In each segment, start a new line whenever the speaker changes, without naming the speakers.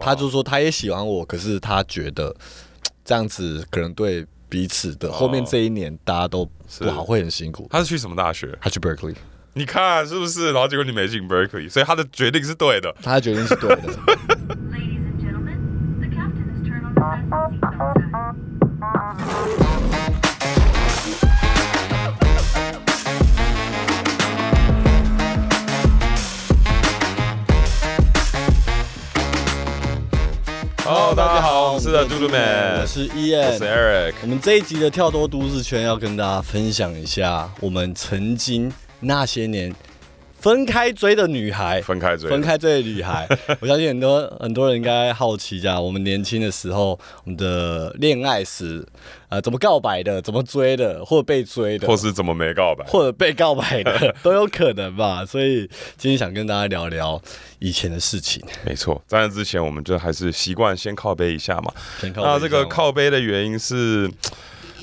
他就说他也喜欢我，可是他觉得这样子可能对彼此的后面这一年大家都不好，会很辛苦。
他是去什么大学？
他去 Berkeley，
你看是不是？然后结果你没进 Berkeley，所以他的决定是对的。
他的决定是对的。
Ladies and gentlemen, the captain has turned on the fasten seatbelt sign.
哦，大家好，我们是的嘟嘟
我
妹，
是
我是
Ian。
Eric。
我们这一集的跳多都市圈要跟大家分享一下，我们曾经那些年分开追的女孩，
分开追，
分。开追的女 孩，我相信很多很多人应该好奇一下，我们年轻的时候，我们的恋爱史，呃，怎么告白的，怎么追的，或者被追的，
或是怎么没告白？
或者被告白 的，都有可能吧。所以今天想跟大家聊聊以前的事情。
没错，在那之前，我们就还是习惯先靠背一下嘛。
先靠背
那
一
啊这
下
个
吗
靠背的原因是，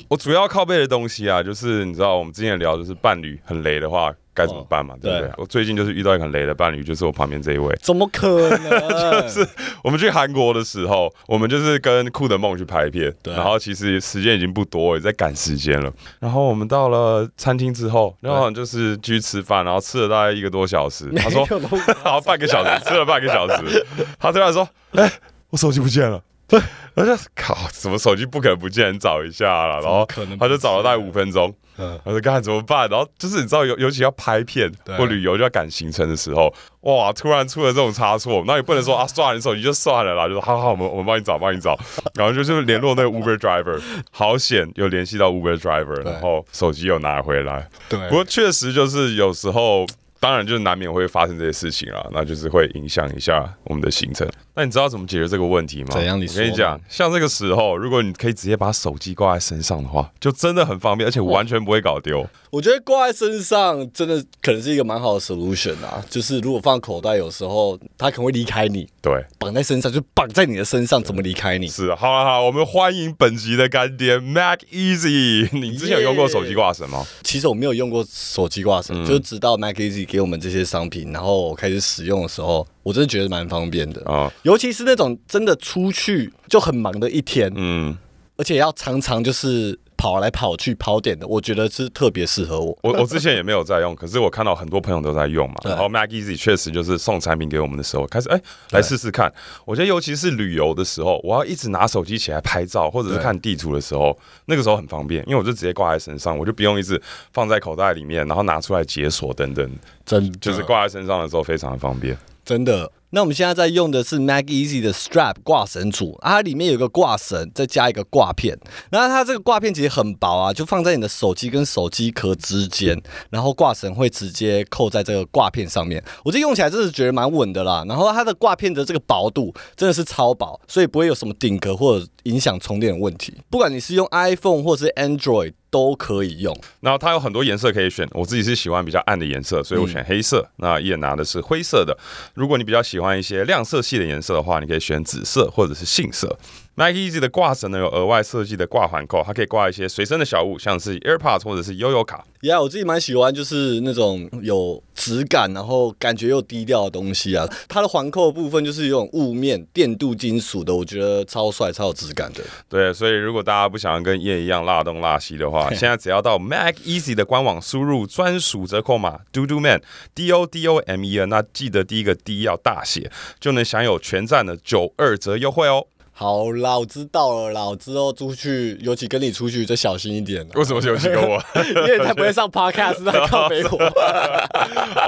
我主要靠背的东西啊，就是你知道我们之前聊，就是伴侣很雷的话该怎么办嘛，哦对不对？
对
我最近就是遇到一个很雷的伴侣，就是我旁边这一位。
怎么可能？ 就是
我们去韩国的时候，我们就是跟酷的梦去拍片，
对啊
然后其实时间已经不多了，也在赶时间了。然后我们到了餐厅之后，然后就是继续吃饭，然后吃了大概一个多小时。他说
没有那么 夸，
然后半个小时吃了半个小时， 他突然说：“哎、我手机不见了。” 我就靠，怎么手机不可能不见？你找一下啦。然后
可能不见
他就找了大概五分钟，
嗯
我说干怎么办？然后就是你知道，尤尤其要拍片
对
或旅游就要赶行程的时候，哇，突然出了这种差错，那也不能
嗯
说啊，算了，你手机就算了啦，就说好好，我们我们帮你找，帮你找，然后就是联络那个 Uber driver，好险有联系到 Uber driver，
对
然后手机又拿回来。
对
不过确实就是有时候。当然，就是难免会发生这些事情啦，那就是会影响一下我们的行程。那你知道怎么解决这个问题吗？
怎样你
我跟你
说
讲
嘛，
像这个时候，如果你可以直接把手机挂在身上的话，就真的很方便，而且完全不会搞丢。
我觉得挂在身上真的可能是一个蛮好的 solution 啊，就是如果放口袋，有时候它可能会离开你，
对，
绑在身上就绑在你的身上，怎么离开你？
是，好了好了，我们欢迎本集的干爹 Mac Easy。你之前有用过手机挂绳吗？
其实我没有用过手机挂
嗯
绳，就是直到 Mac Easy 给我们这些商品，然后我开始使用的时候，我真的觉得蛮方便的。
啊，
尤其是那种真的出去就很忙的一天，
嗯，
而且要常常就是跑来跑去跑点的，我觉得是特别适合我。
我我之前也没有在用，可是我看到很多朋友都在用嘛。
对
然后 Mac Easy 确实就是送产品给我们的时候，开始哎、来试试看。我觉得尤其是旅游的时候，我要一直拿手机起来拍照，或者是
对
看地图的时候，那个时候很方便，因为我就直接挂在身上，我就不用一直放在口袋里面，然后拿出来解锁等等，
真的
就是挂在身上的时候非常的方便。
真的。那我们现在在用的是 Mac Easy 的 Strap 挂绳组，啊它里面有一个挂绳，再加一个挂片。那它这个挂片其实很薄啊，就放在你的手机跟手机壳之间，然后挂绳会直接扣在这个挂片上面。我这用起来真的觉得蛮稳的啦。然后它的挂片的这个薄度真的是超薄，所以不会有什么顶壳或者影响充电的问题。不管你是用 iPhone 或是 Android 都可以用。
然后它有很多颜色可以选，我自己是喜欢比较暗的颜色，所以我选黑色。那也拿的是灰色的。如果你比较喜欢一些亮色系的颜色的话，你可以选紫色或者是杏色。Nike Easy 的挂绳呢有额外设计的挂环扣，它可以挂一些随身的小物，像是 AirPods 或者是悠悠卡。
呀我自己蛮喜欢，就是那种有质感，然后感觉又低调的东西啊。它的环扣的部分就是有种雾面、电镀金属的，我觉得超帅、超有质感的。
对，啊所以如果大家不想要跟叶一样辣东辣西的话，现在只要到 Mac Easy 的官网输入专属折扣码 Do Do Man D O D O M E N，那记得第一个 D 要大写，就能享有全站的九二折优惠哦。
好啦，我知道了啦，我之后出去，尤其跟你出去，再小心一点啦。
为什么游 戏跟我？
你也才不会上 podcast 那靠北我。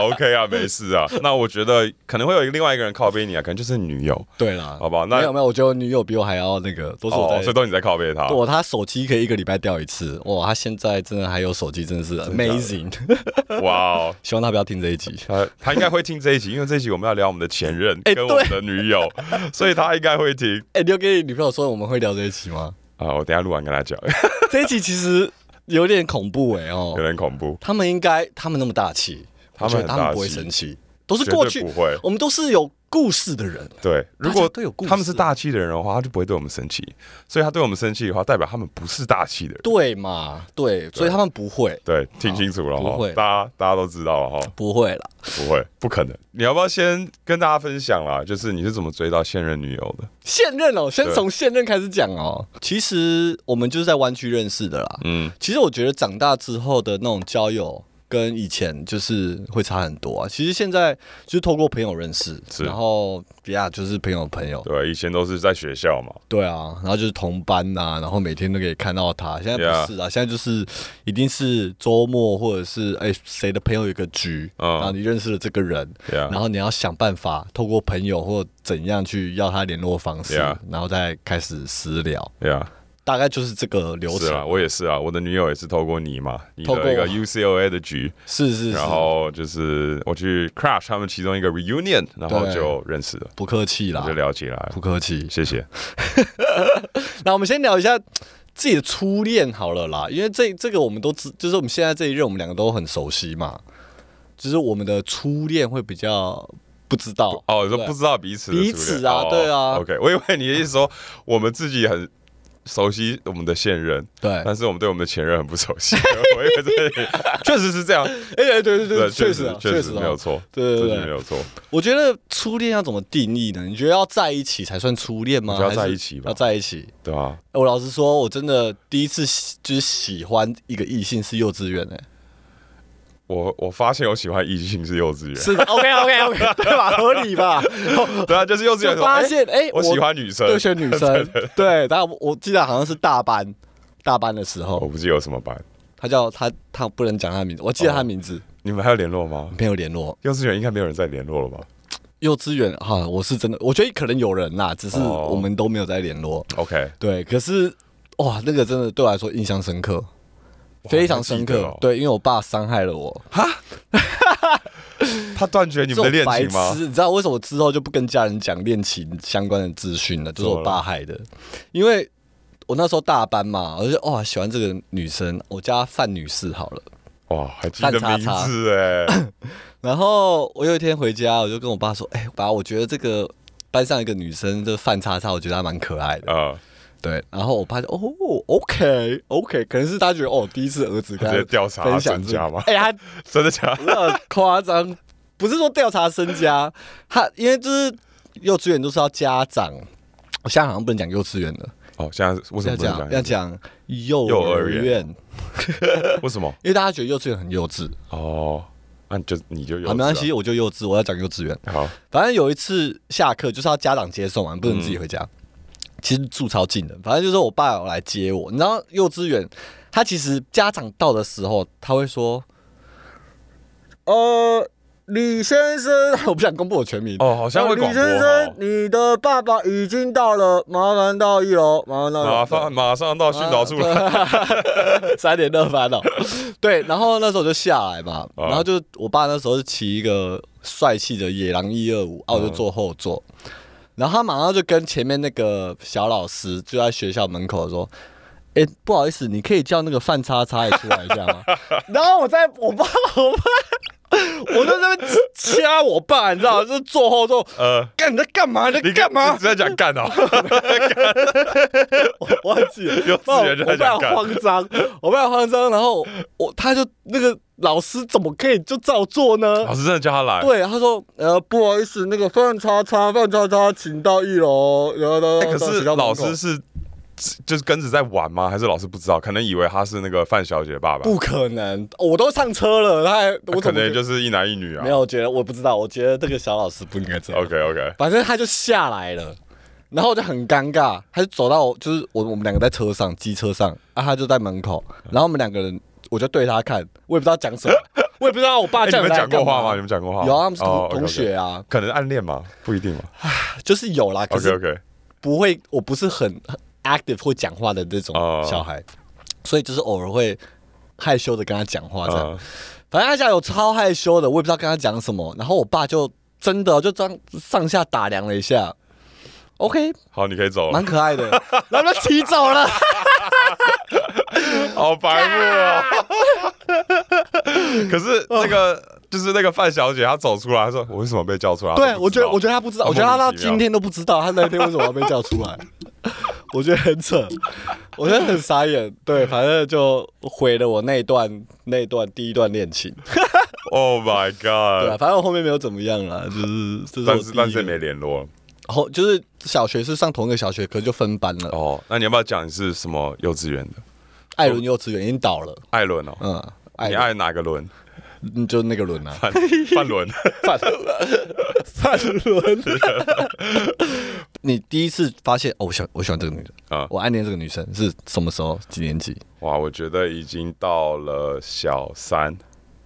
OK 啊，没事啊。那我觉得可能会有另外一个人靠背你啊，可能就是女友。
对啦，
好吧那
没有没有，我觉得我女友比我还要那个，都是我在。
哦所以都你在靠背他。
我她手机可以一个礼拜掉一次，哇！她现在真的还有手机，真的是 amazing。
哇哦，
希望她不要听这一集。
他他应该会听这一集，因为这一集我们要聊我们的前任
哎
跟我们的 女友，所以他应该会听
哎、你有跟你女朋友说我们会聊这一集吗？
啊。我等一下录完跟 他讲，
这一集其实有点恐怖哎、 哦
有，点恐怖。
他们应该他们那么大气，
他们
我觉得
很大气
他们不会生气，都是过去
绝对不会
我们都是有故事的人，
对，
大
如
家
果
都有故事
他们是大气的人的话，他就不会对我们生气。所以他对我们生气的话，代表他们不是大气的人。
对嘛？对，所以他们不会，
对，听清楚了
不
哈
会，
大家大家都知道了哈，
不会啦。
不会，不可能。你要不要先跟大家分享啦？就是你是怎么追到现任女友的？
现任哦，先
对
从现任开始讲哦。其实我们就是在湾区认识的啦。
嗯，
其实我觉得长大之后的那种交友。跟以前就是会差很多啊。其实现在就是透过朋友认识，
是
然后呀，就是朋友朋友，
对，啊以前都是在学校嘛，
对啊，然后就是同班呐、然后每天都可以看到他。现在不
Yeah
是啊现在就是一定是周末或者是哎谁的朋友有个局，
嗯
然后你认识了这个人
Yeah
然后你要想办法透过朋友或怎样去要他联络方式
Yeah
然后再开始私聊，
对啊，
大概就是这个流
是啊，
程。
我也是啊，我的女友也是透过你嘛，你
透过
的一个
我
UCLA 的局，
是是是，
然后就是我去 Crash 他们其中一个 reunion，然后
对
就认识了，
不客气啦
就，聊起来了
不。客气。
谢谢。
那我们先聊一下自己的初恋好了啦，因为这这个我们都知，就是我们现在这一任我们两个都很熟悉嘛，就是我们的初恋会比较不知道
哦，你说
对
不知道彼此的
彼
初恋
此啊
哦
对啊
OK，我以为你的意思说我们自己很熟悉我们的现任，
对
但是我们对我们的前任很不熟悉。 我以为这 确实是这样，
哎、哎对对对，
对，
确
确
实啊
确
啊
没有。错，
对对
这
对
没有错。
我觉得初恋要怎么定义呢？你觉得要在一起才算初恋吗？
我觉得要
还是
在一起吧
要在一起。
对啊，
哎我老实说，我真的第一次喜就是喜欢一个异性是幼稚园哎、
我我发现我喜欢异性是幼稚园，
是 OK OK OK 对吧？合理 吧？
对啊，就是幼稚园
就
说
发
哎
现哎、
我喜欢女生，
对，选女 生，对，然后我我记得好像是大班，大班的时
哦我
候，
不记得有什么班，
他叫他他不能讲他的名字，我记得他的名字，
你们还有联络吗？
没有联络。
幼稚园应该没有人再联络了吧
幼稚园哈、我是真的，我觉得可能有人啦，只是
哦
我们都没有在联络。
？OK，
对，可是哇，那个真的对我来说印象深刻，非常深
你还
刻。
记得哦
对，因为我爸伤害了我，
他断绝你
这
们的
种
恋
白
情吗
痴，？你知道为什么之后就不跟家人讲恋情相关的资讯了？就是我
怎么了
爸害的，因为我那时候大班嘛，我就哦哇喜欢这个女生，我叫她范女士好了。
哇，还记得
蛋
名
叉叉
字哎，
然后我有一天回家，我就跟我爸说：“哎、爸，我觉得这个班上一个女生，这个范叉叉，我觉得她蛮可爱的。
啊，”
对，然后我爸就：“哦，OK，OK，、可能是他觉得哦，第一次儿子跟
他直接调查
分享
身家吗
这个哎、
真的假？
他很夸张，不是说调查身家，他因为就是幼稚园都是要家长，我现在好像不能讲幼稚园了，
哦，现在为什
要
么不能
讲
讲？
要讲幼
幼
儿
儿
园，
为什么？
因为大家觉得幼稚园很幼稚。啊
哦，那你就你就有
好，没关系，。我就幼稚，我要讲幼稚园。
好，
反正有一次下课就是要家长接送嘛，不能自己回家。其实住超近的，反正就是我爸有来接我。你知道幼稚园，他其实家长到的时候，他会说：“呃，李先生， 我不想公布我全名
哦好像会广播
呃
哦
你的爸爸已经到了，麻烦到一楼，麻烦到
哦马上马上到训导处了。
三点二班哦。对，然后那时候我就下来嘛，
啊
然后就我爸那时候是骑一个帅气的野狼一二五，啊，我
嗯
就坐后座。然后他马上就跟前面那个小老师就在学校门口说：“哎、不好意思，你可以叫那个范叉叉也出来一下吗？” 然后我在我爸我爸。我就在那边掐我爸，你知道吗，就是坐后座，
呃，
干你在干嘛？你在
你
干嘛
你？在讲干哦？
我忘记了，
幼稚园就
我不
在
然
讲
我
干
慌张，我不然慌张，然后我他就那个老师怎么可以就照做 呢
老？师真的叫他来？
对，他说呃不好意思，那个范叉叉范叉叉，请到一楼，然后到
哎，可
到
是
学校门
老
口
师是就是跟着在玩吗？还是老师不知道？可能以为他是那个范小姐爸爸，啊
不可能，我都上车了，他还我
可
怎么
能就是一男一女啊。
没有？我觉得我不知道，我觉得这个小老师不应该这样。
OK OK，
反正他就下来了，然后我就很尴尬，他就走到我就是我我们两个在车上机车上啊，他就在门口，然后我们两个人我就对他看，我也不知道讲 什么，我也不知道我爸
哎，你
叫
们
来
讲过
干嘛
话吗？你们讲过话吗？
有啊，他们是
哦
同
，OK，OK
同学。啊，
可能暗恋嘛，不一定嘛。
就是有啦，可
OK
是
OK，
不会，我不是很很 active 会讲话的那种
哦
小孩，所以就是偶尔会害羞的跟他讲话这样
啊。，
反正他家有超害羞的，我也不知道跟他讲什么，然后我爸就真的就这样上下打量了一下，OK，
好，你可以走了
蛮。可爱的， 然后就骑走了。
好白目哦！可是那个就是那个范小姐，她走出来，她说：“我为什么被叫出来？” 她
对，
都不
我觉
知
得
道
我觉得他不知道，我觉得他
莫
到
名其妙
今天都不知道他那天为什么要被叫出来， 我觉得很扯，我觉得很傻眼。对，反正就毁了我那一段那一段第一段恋情。
，Oh my
对啊，
God！
反正我后面没有怎么样啦，就是这是我
但
第
是
一
但
个
是没联络
后就是小学是上同一个小学，可是就分班了。
哦。那你要不要讲你是什么幼稚园的？
艾伦幼稚园已经倒了，
艾伦哦，
嗯，艾
你
伦
爱哪个伦？
嗯就那个轮啊，
范范伦。
范范伦。 你第一次发现哦，我喜欢我喜欢这个女的
啊
我暗恋这个女生是什么时候？几年级？
哇，我觉得已经到了小三。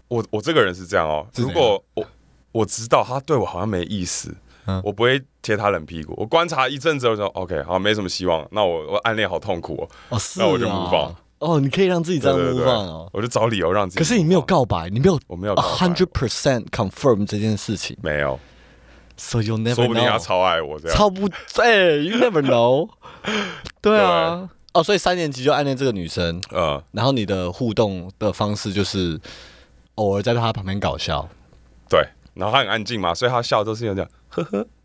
我我这个人是这样哦，
是怎
如
样
果我我知道他对我好像没意思，
嗯
我不会贴他冷屁股。我观察一阵子，我说 OK，好，没什么希望，那我我暗恋好痛苦哦。
哦，是
那我就
啊
move on
哦，你可以让自己这
对
样
对
move
对
on 哦。
我就找理由让自己。
可是你没有，告白，你没有，
我没有告白
hundred percent confirm 这件事情
没有，
，so you never know。
说不定他超爱我这样。
超不哎、y o u never know 。对啊，哦，所以三年级就暗恋这个女生，
呃，
然后你的互动的方式就是偶尔在她旁边搞笑。
对，然后他很安静嘛，所以他笑都是有点，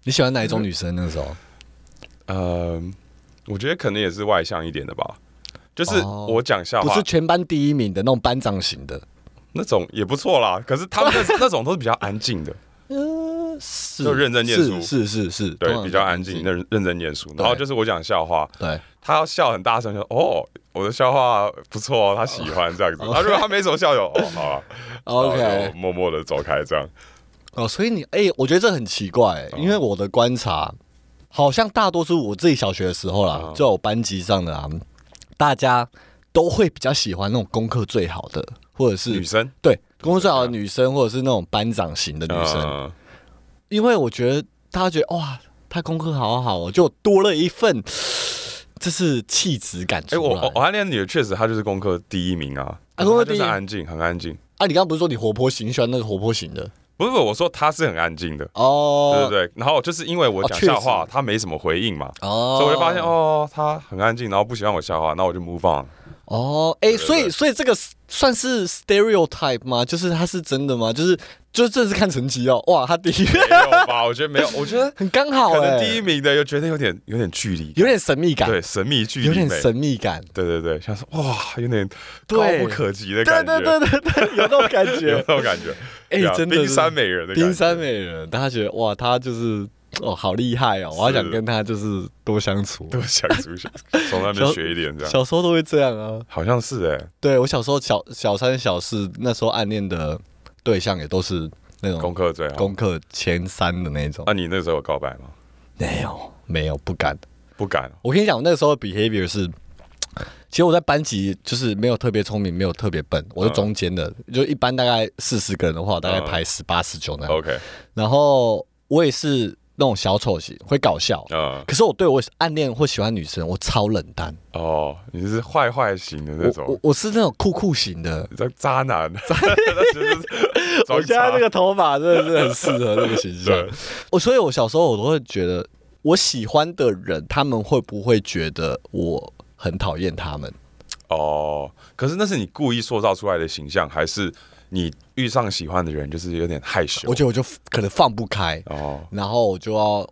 你喜欢哪一
嗯
种女生？那时候
呃，我觉得可能也是外向一点的吧。就是
哦
我讲笑
不
话
是，全班第一名的那种班长型的，
那种也不错啦。可是他们 那那种都是比较安静的，
呃，是
就认真念书
是是是是，通
对，
常
比较
是
安静，认认真念书。然后就是我讲笑话，
对，
他要笑很大声，就说哦，我的笑话不错哦，他喜欢这样子。他如果他没什么笑容，哦，好 啊
OK
然后就默默的走开这样。
哦，所以你哎、我觉得这很奇怪、
嗯
因为我的观察，好像大多数我自己小学的时候啦，
哦
就我班级上的啊，大家都会比较喜欢那种功课最好的，或者是
女生，
对功课最好的女生，或者是那种班长型的女生，
嗯
因为我觉得大家觉得哇，她功课好好哦，就多了一份 就是气质感
哎，
出
我
来。
我我暗恋的女的确实，她就是功课第一名啊，
啊功课
她
第
就
一
是安静，很安静。
啊，你刚刚不是说你活泼型，你喜欢那个活泼型的
不是，不是我说她是很安静的，
哦？
对对对。然后就是因为我
哦
讲
确
笑
实
话，她没什么回应嘛，
哦，
所以我就发现哦，她很安静，然后不喜欢我笑话，那我就 move on。
哦，哎、
对对
所以所以这个是算是 stereotype 吗？就是它是真的吗？就是就是这是看成绩哦，哇，他第一
没有哎吧？我觉得没有，我觉 得
很刚好、
可
哎，
能第一名的又觉得有点欸有点距离感，
有点神秘感，
对神秘距离，
有点神。秘感，
对对对，像是哇，有点高
对
不可及的
对
感觉，
对对对对，有那种感
有
觉
那，种感觉。
哎、
对啊
真的
冰
是
山美人的感觉
冰山美人，大家觉得哇，他就是哦，好厉害哦，我好想跟他就是多相处。
多想出想从那边
小
学一点这样，
小时候都会这样啊，
好像是哎，
对我小时候小小三小四那时候暗恋的对象也都是那种
嗯功课最哎好。啊
功课前三的那种
那，你那时候有告白吗？
没有没有不敢，
不敢，哦
我跟你讲，我那个时候的 behavior 是，其实我在班级就是没有特别聪明，没有特别笨，
嗯
我是中间的，就一般大概四十个人的话，大概排十八、十九那样。
OK，
然后我也是那种小丑型，会搞笑。
嗯，
可是我对我暗恋或喜欢女生，我超冷淡。
哦，你是坏坏型的那
我我
种，
我是那种酷酷型的。
你在渣男，渣 就是装渣
头发真的是很适合这个形
对，
我所以，我小时候我都会觉得，我喜欢的人，他们会不会觉得我很讨厌他们？
哦，可是那是你故意塑造出来的形象，还是你遇上喜欢的人就是有点害羞？
我觉得我就可能放不开。
哦，
然后我就要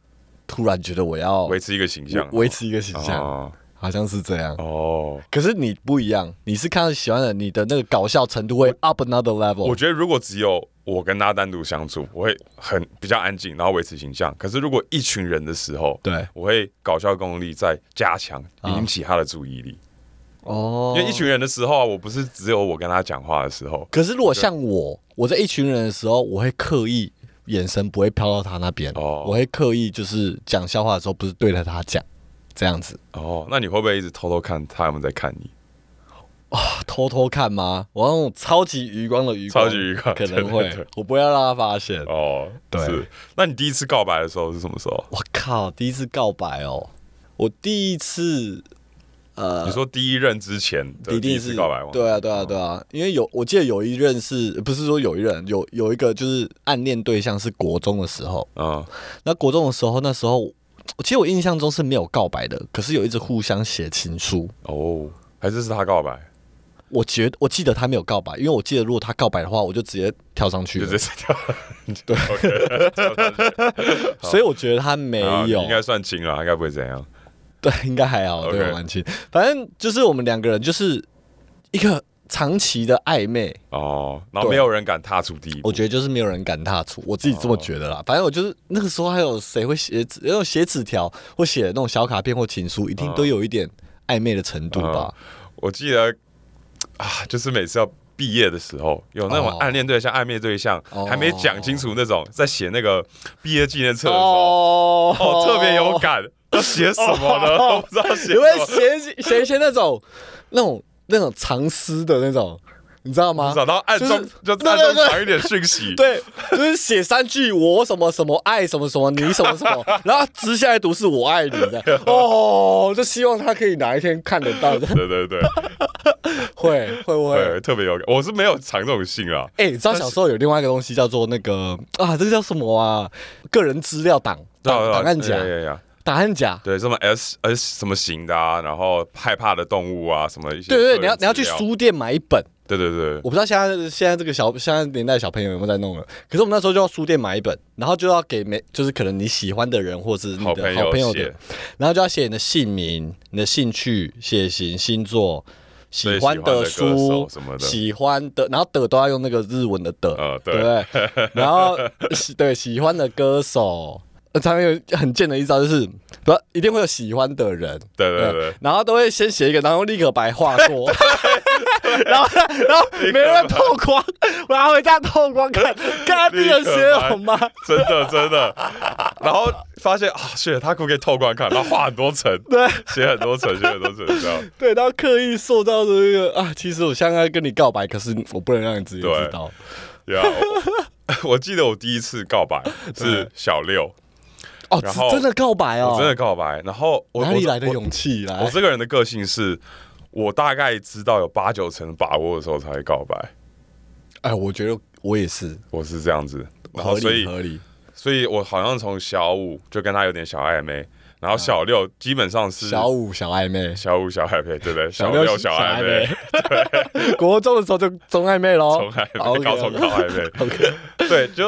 突然觉得我要
维持一个形象，
维持一个形象，
哦
好像是这样。
哦。
可是你不一样，你是看到喜欢的，你的那个搞笑程度会 up another
我
level。
觉得如果只有我跟他单独相处，我会很比较安静，然后维持形象。可是如果一群人的时候，
对
我会搞笑功力再加强，
啊
引起他的注意力。
哦
因为一群人的时候啊，我不是只有我跟他讲话的时候，
可是如果像我，我在一群人的时候，我会刻意眼神不会飘到他那边，
哦
我会刻意就是讲笑话的时候不是对着他讲，这样子、
哦，那你会不会一直偷偷看他们在看你？
啊偷偷看吗？我要用超级余光的余光，
超级余光
可
对
能
对
会，
对
我不要让他发现。
哦，
对
是。那你第一次告白的时候是什么时候？
我靠，第一次告白哦，我第一次呃
你说第一任之前的
一
第一
定
次
是
告白吗？哦
对啊，对啊，对啊，因为有我记得有一任是不是说有一任有有一个就是暗恋对象是国中的时候，
嗯，
那国中的时候那时候，其实我印象中是没有告白的，可是有一直互相写情书，
哦，还是是他告白？
我觉我记得他没有告白，因为我记得如果他告白的话，我就直接跳上去
就
了
直 接跳，对，OK，跳上去
所以我觉得他没
好
有，
啊应该算轻了，应该不会怎样。
对，应该还好
OK
对我蛮亲。反正就是我们两个人就是一个长期的暧昧，
哦，然后
对
没有人敢踏出第一步
我，觉得就是没有人敢踏出，我自己这
哦
么觉得啦。反正我就是那个时候还有谁会写纸，有写纸条或写那种小卡片或情书，一
嗯
定都有一点暧昧的程度吧。
我记得啊，就是每次要毕业的时候，有那种
哦
暗恋对象、暧昧对象，
哦
还没讲清楚那种，在写那个毕业纪念册的时候，
哦
哦，特别有。感。要写什么呢？
哦
我不知道
你
写什
会
么。
写写一些那种那种那种藏私的那种，你知道吗？
找到暗
就
中
是
就
对
暗
对
中
对
藏一点讯息，
对，就是写三句我什么什么爱什么什么你什么什么，然后直下来读是我爱你的 哦，就希望他可以哪一天看得到的，
对对对，
会会 不会？
呃对特别有感。我是没有藏这种信 啊，
哎、你知道小时候有另外一个东西叫做那个啊，这个叫什么啊？个人资料档
对
档
啊
档案夹，
对啊对啊对啊
档案夹。
对，什么 S S 什么型的啊，然后害怕的动物啊，什么一些
对
个
对
人
对，
资料。
你要你要去书店买一本，
对对对，
我不知道现在现在这个小现在年代小朋友有没有在弄了，可是我们那时候就要书店买一本，然后就要给每就是可能你喜欢的人或是你
好
的
朋
好
友
朋友的
写，
然后就要写你的姓名、你的兴趣、血型、星座、喜
对
欢
喜欢的歌
书
手什么的
喜欢的，然后的都要用那个日文的的，
呃
对不 对？然后喜对喜欢的歌手，呃他们有很贱的一招就是，不一定会有喜欢的人，
对 对对
嗯然后都会先写一个，然后立刻白划 过，然后然后没人会透光，然后回家透光 看，看这个写有吗？
真的真的。然后发现啊，血他可不可以透光看？然后画很多层，
对，
写很多层，写很多层，这样。
对，然后刻意塑造的一个啊，其实我现在跟你告白，可是我不能让你直接
对
知道。
呀，我 我记得我第一次告白是小六，
哦，
然
是
后
真的告白哦，
我真的告白。然后我
哪里
我
来的
我
勇气来？
我这个人的个性是，我大概知道有八九成把握的时候才会告白，
哎，我觉得我也是，
我是这样子。然后
合
所
理
以
合理。
所以我好像从小五就跟他有点小暧昧，然后小六基本上是
啊小五小暧昧，
小五小暧昧，对不对？小
六
六小暧昧，，
对， 国中的时候就中暧昧喽，
从暧
好哦
昧，
，OK
高中搞暧昧，
OK，
对，就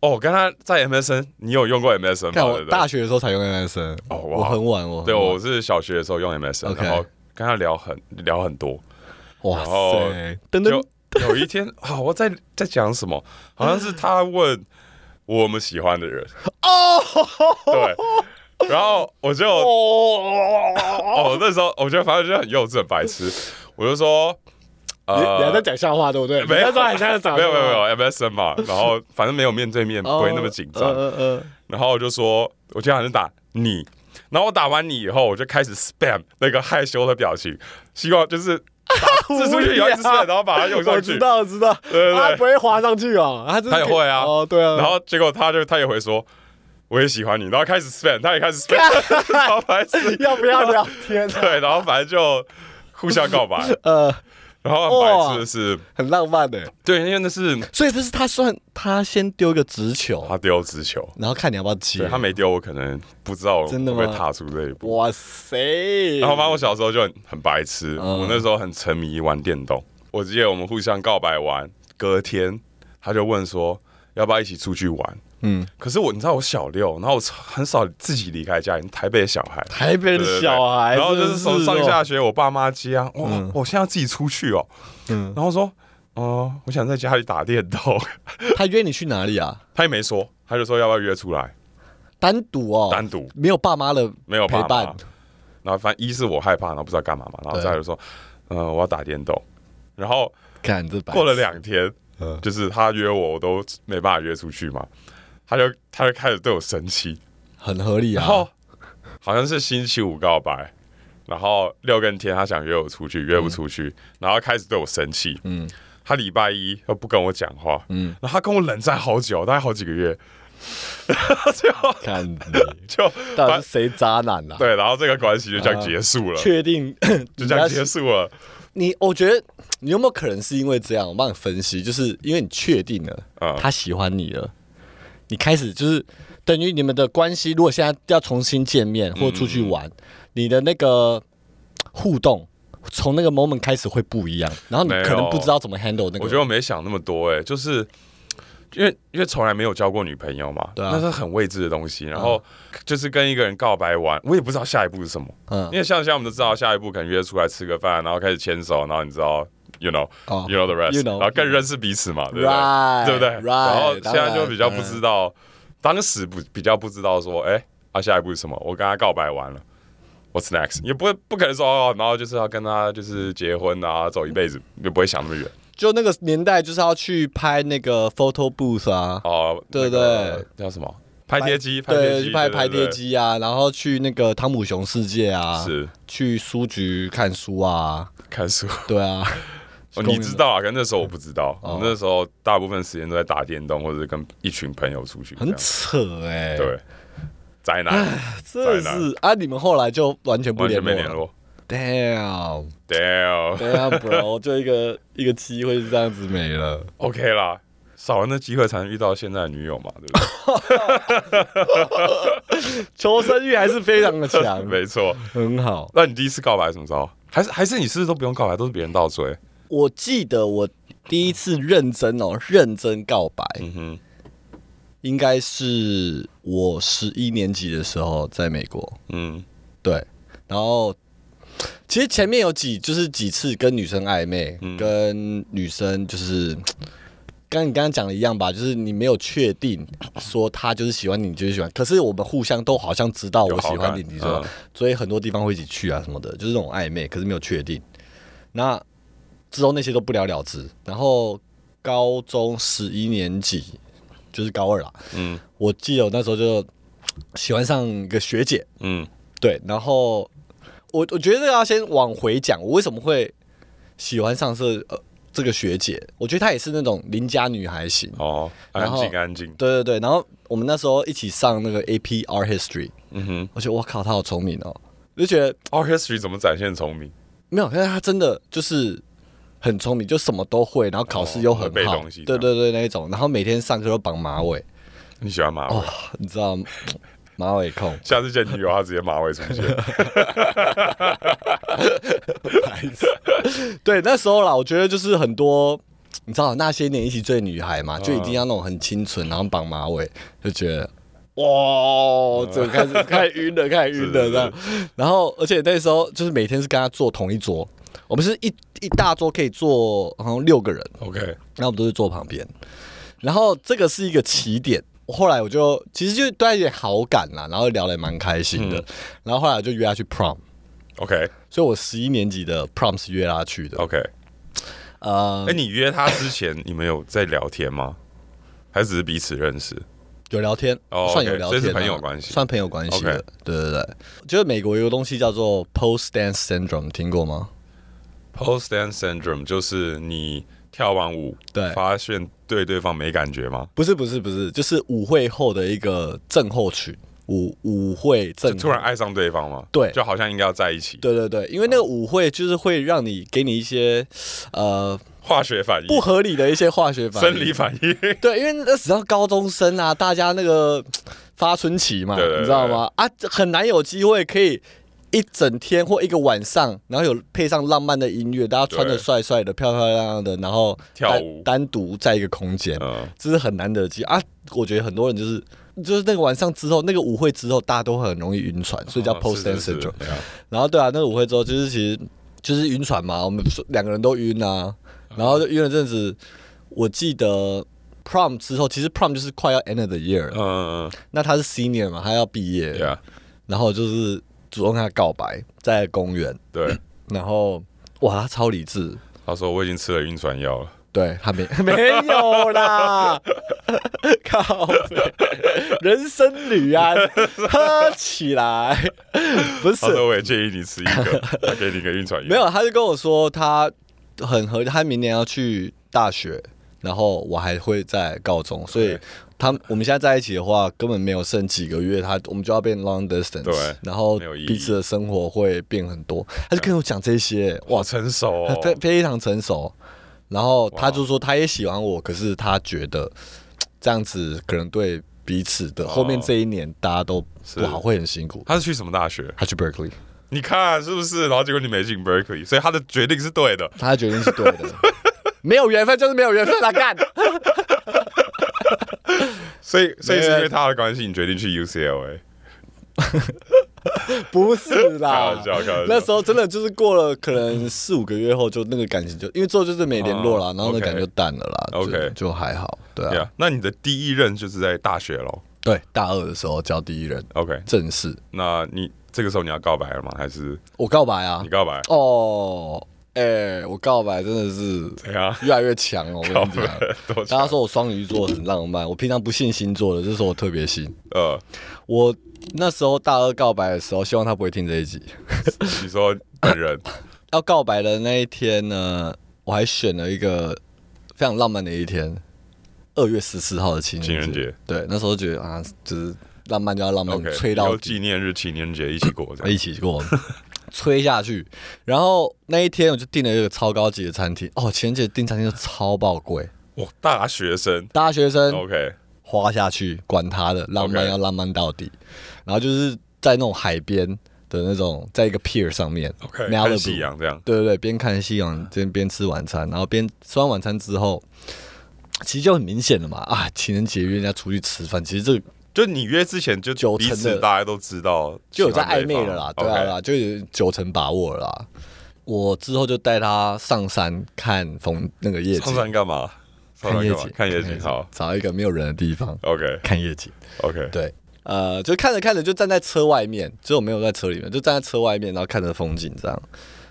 哦，我跟他在 MSN，你有用过 MSN 吗？
看
对
我
不对
大学的时候才用 MSN，
哦
我
哇
很晚，我很
对
晚
我是小学的时候用 MSN，
OK
然后跟他聊很聊很多，
哇
然后
塞，等等
就，有一天 啊，我在在讲什么？好像是他问我们喜欢的人 哦，对，然后我就
哦，
哦，那时候我觉得反正就很幼稚、很白痴，我就说，
你你还
呃
在，讲笑话对不对？
没有
你那时候还在讲，
没有没有没有 MSN 嘛，然后反正没有面对面，
哦，
不会那么紧张。
呃呃呃
然后我就说，我就想是打你，然后我打完你以后，我就开始 spam 那个害羞的表情，希望就是
呃
打字出去以后一直 spam，然后把它用
啊我
上
知
去。
道，我知道，啊
对对
他不会滑上去哦，他真的
他也会啊，
哦，对啊，
然后结果他就他也会说。我也喜欢你，然后开始 spam，他也开始 spam，然后白痴，
要不要聊天？
对，然后反正就互相告白，
呃，
然后很白痴的是，
很浪漫的，
对，因为那是
所以不是他算他先丢一个直球，
他丢直球，
然后看你要不要接
对，他没丢，我可能不知道我会
嗯真的
不
吗
会踏出这一步。
哇塞，
然后反正我小时候就很很白痴，
嗯
我那时候很沉迷玩电动。我记得我们互相告白完，隔天他就问说要不要一起出去玩。
嗯，
可是我你知道我小六，然后我很少自己离开家，你台北的小孩，
台北
对对
的
对
小孩，
然后就
真
是
的
从上
哦
下学我爸妈接啊，哇，我现在要自己出去哦，
嗯
然后说，哦，我想在家里打电动，
他约你去哪里啊？
他也没说，他就说要不要约出来
单独哦，
单独，
没有爸妈的
没有
陪
爸妈
伴，
然后反正一是我害怕，然后不知道干嘛嘛，然后
对
再来就说，呃，我要打电动，然后
看这白
过了两天，
嗯
就是他约我，我都没办法约出去嘛，他就他就开始对我生气，
很合理
然
啊，
后好像是星期五告白，然后六跟天他想约我出去，约不出
嗯
去，然后开始对我生气，嗯，他礼拜一又不跟我讲话，嗯，然后他跟我冷战好久，大概好几个月，就
看你
就
到底
反
是谁渣男啊？
对，然后这个关系就这样结束了，
确定
就
你
这
要
样结束了。
你，我觉得你有没有可能是因为这样？我帮你分析，就是因为你确定了、
嗯
他喜欢你了，你开始就是等于你们的关系，如
嗯
果现在要重新见面或出去玩，你的那个互动从那个 moment 开始会不一样，然后你
没有
可能不知道怎么 handle 那个。
我觉得我没想那么多、欸，哎，就是因为因为从来没有交过女朋友嘛，
对啊
那是很未知的东西。然后就是跟一个人告白完，我也不知道下一步是什么。
嗯
因为像像我们都知道，下一步可能约出来吃个饭，然后开始牵手，然后你知道。You know,
哦
you know the rest，、
you know，
然后更
you know
认识彼此嘛，对不对
Right，
对不对
right，
然后现在
当
就
然
比较不
当然
知道，当时不比较不知道说，哎，啊下一步是什么？我跟他告白完了，What's next？也不会不可能说，哦，然后就是要跟他就是结婚啊，走一辈子，也不会想那么远。
就那个年代就是要去拍那个 photo booth 啊，
哦，
对
那个叫什么？拍贴机，拍贴
对，
机，
去拍
对
拍贴，机啊，然后去那个汤姆熊世界啊，
对对是
去书局看书啊，
看书。
对 啊，
哦
公
你
园哦
知道啊？可是那时候我不知道，我那时候大部分时间都在打电动，或者是跟一群朋友出去这样，
很扯哎、欸，，
对，宅男，
这
宅男
是啊，你们后来就完全不
完
联
全
络
没
了
联络。
，damn。
Damn，OK
对啊，bro，就一 个一个机会是这样子没了。
啦，少了那机会才能遇到现在的女友嘛，对 不对？
求生欲还是非常的强，
没错。
很好。
那你第一次告白什么时候？还是还是你是不是都不用告白，都是别人倒追？
我记得我第一次认真哦，认真告白，
嗯哼，
应该是我十一年级的时候在美国。
嗯，
对，然后其实前面有几就是几次跟女生暧昧，
嗯
跟女生就是。跟你刚刚讲的一样吧，就是你没有确定说她就是喜欢你，你就是喜欢。可是我们互相都好像知道我喜欢你，
有好感嗯
你知道吗，所以很多地方会一起去啊什么的，就是那种暧昧，可是没有确定。那之后那些都不了了之。然后高中十一年级，就是高二啦，
嗯
我记得我那时候就喜欢上一个学姐，
嗯
对，然后我我觉得要先往回讲，我为什么会喜欢上这呃这个学姐？我觉得她也是那种邻家女孩型。
哦，
然
安
后
静安静，
对对对，然后我们那时候一起上那个 AP R History，
嗯哼。
我觉得我靠，她好聪明哦，我就觉得
Our history 怎么展现聪明？
没有，因为她真的就是很聪明，就什么都会，然后考试又很
哦会背
好，
东西
对对对那一种，然后每天上课都绑马尾，
你喜欢马尾？
哦，你知道马尾控，
下次见女友，她直接马尾出 现。
对，那时候啦，我觉得就是很多，你知道那些年一起追的女孩
嗯
嘛，就一定要那种很清纯，然后绑马尾，就觉得。哇，怎么开始开始晕了，开始晕了
是
这样。然后，而且那时候就是每天是跟他坐同一桌，我们是一一大桌可以坐好像六个人，
OK，
那我们都是坐旁边。然后这个是一个起点，后来我就其实就带一点好感啦，然后聊得也蛮开心
嗯
的。然后后来我就约他去 prom，
OK
所以我十一年级的 prom 是约他去的。
OK，
呃
哎、，你约她之前，你们有在聊天吗？还是只是彼此认识？
有聊天，
哦
算
OK，
有聊天、
所
啊
以是朋友关系
算朋友关系的
OK
对对对。就是美国有个东西叫做 post dance syndrome，听过吗？
Post dance syndrome 就是你跳完舞，
对
发现对对方没感觉吗？
不是不是不是，就是舞会后的一个症候群，舞舞会症
就
候
突然爱上对方吗？
嗯对
就好像应该要在一起，
对对对，因为那个舞会就是会让你给你一些呃
化学反应、
不合理的一些化学反应，
生理反 应。
对，因为那时候高中生啊，大家那个发春期嘛，
对对对
你知道吗？啊，很难有机会可以一整天或一个晚上，然后有配上浪漫的音乐，大家穿的
对
帅帅的、漂漂亮亮的，然后
跳
单
舞
单独在一个空间，
嗯，
这是很难得的机会啊。我觉得很多人就是就是那个晚上之后，那个舞会之后，大家都很容易晕船，所以叫
哦
post dance
是是
syndrome
是。对啊
然后对啊，那个舞会之后，就是其实就是晕船嘛，我们说两个人都晕啊，
嗯
然后就晕了阵子。我记得 prom 之后，其实 prom 就是快要 end of the year 了，
嗯嗯
那他是 senior 嘛，他要毕业，
嗯，Yeah，
然后就是主动跟他告白，在公园，
对。
然后哇，他超理智。
他说我已经吃了晕船药了。
对他 没没有啦，靠北，人生旅 安，喝起来，不是
他说我也建议你吃一 个，他给你一个晕船药。
没有，他啊就跟我说他很合，他明年要去大学，然后我还会在高中，所以
对
他我们现在在一起的话，根本没有剩几个月，他我们就要变 long distance，
对
然后
没有意义
彼此的生活会变很多。他就跟我讲这些，哇
好，成熟、
他
哦，
非非常成熟。然后
哇
他就说他也喜欢我，可是他觉得这样子可能对彼此的后面这一年大家都
是
不好，会很辛苦。
哦他是去什么大学？
他去 Berkeley，
你看是不是？然后结果你没进 Berkeley，所以他的决定是对的。
他的决定是对的，没有缘分就是没有缘分啦，干。
所以，所以
没
是
有
因为他的关系，你决定去 UCLA。
不是啦，
开玩笑开玩笑
那时候真的就是过了可能四五个月后，就那个感情就因为之后就是没联络啦，
哦
然后那
OK
感情就淡了啦。就
OK
就还好，对
对
啊
啊，那你的第一任就是在大学喽。
对，大二的时候交第一人
OK，
正式，
那你这个时候你要告白了吗？还是
我告白啊
你，告白？
哦，哎，我告白真的是
怎样？
越来越强哦，我跟你讲。
多
大家说我双鱼座很浪漫，我平常不信星座的，这是我特别信。
呃，
我那时候大二告白的时候，希望他不会听这一集。
你说本 人
要告白的那一天呢，我还选了一个非常浪漫的一天，二月十四号的情人
情人节。
对，那时候觉得啊，就是浪漫就要浪漫
OK，
吹
以
到哎
后纪念日、情人节一起过，这
一
样
起跟我 吹下去。然后那一天我就订了一个超高级的餐厅，哦，情人节订餐厅就超爆贵，
哇，哦大学生
大学生
OK，
花下去，管他的，浪漫
哦 OK
要浪漫到底。然后就是在那种海边的那种，在一个 pier 上面
OK，
Malibu
看夕阳这样
对对对，边看夕阳边边吃晚餐，然后边吃完晚餐之后，其实就很明显了嘛啊，情人节约人家出去吃饭，其实这个
就你约之前就
九
彼
成的
此大家都知道，
就有在
喜欢
暧
对
昧
方
了啦，对
OK，
啊啦，就有九成把握了啦。我之后就带他上山看风那个夜景
上，山干嘛？
看
上山
夜
干嘛
景？，
看夜景好
找一个没有人的地 方
，OK
看夜景。
OK，
对，呃，就看着看着就站在车外面，就没有在车里面，就站在车外面，然后看着风景这样，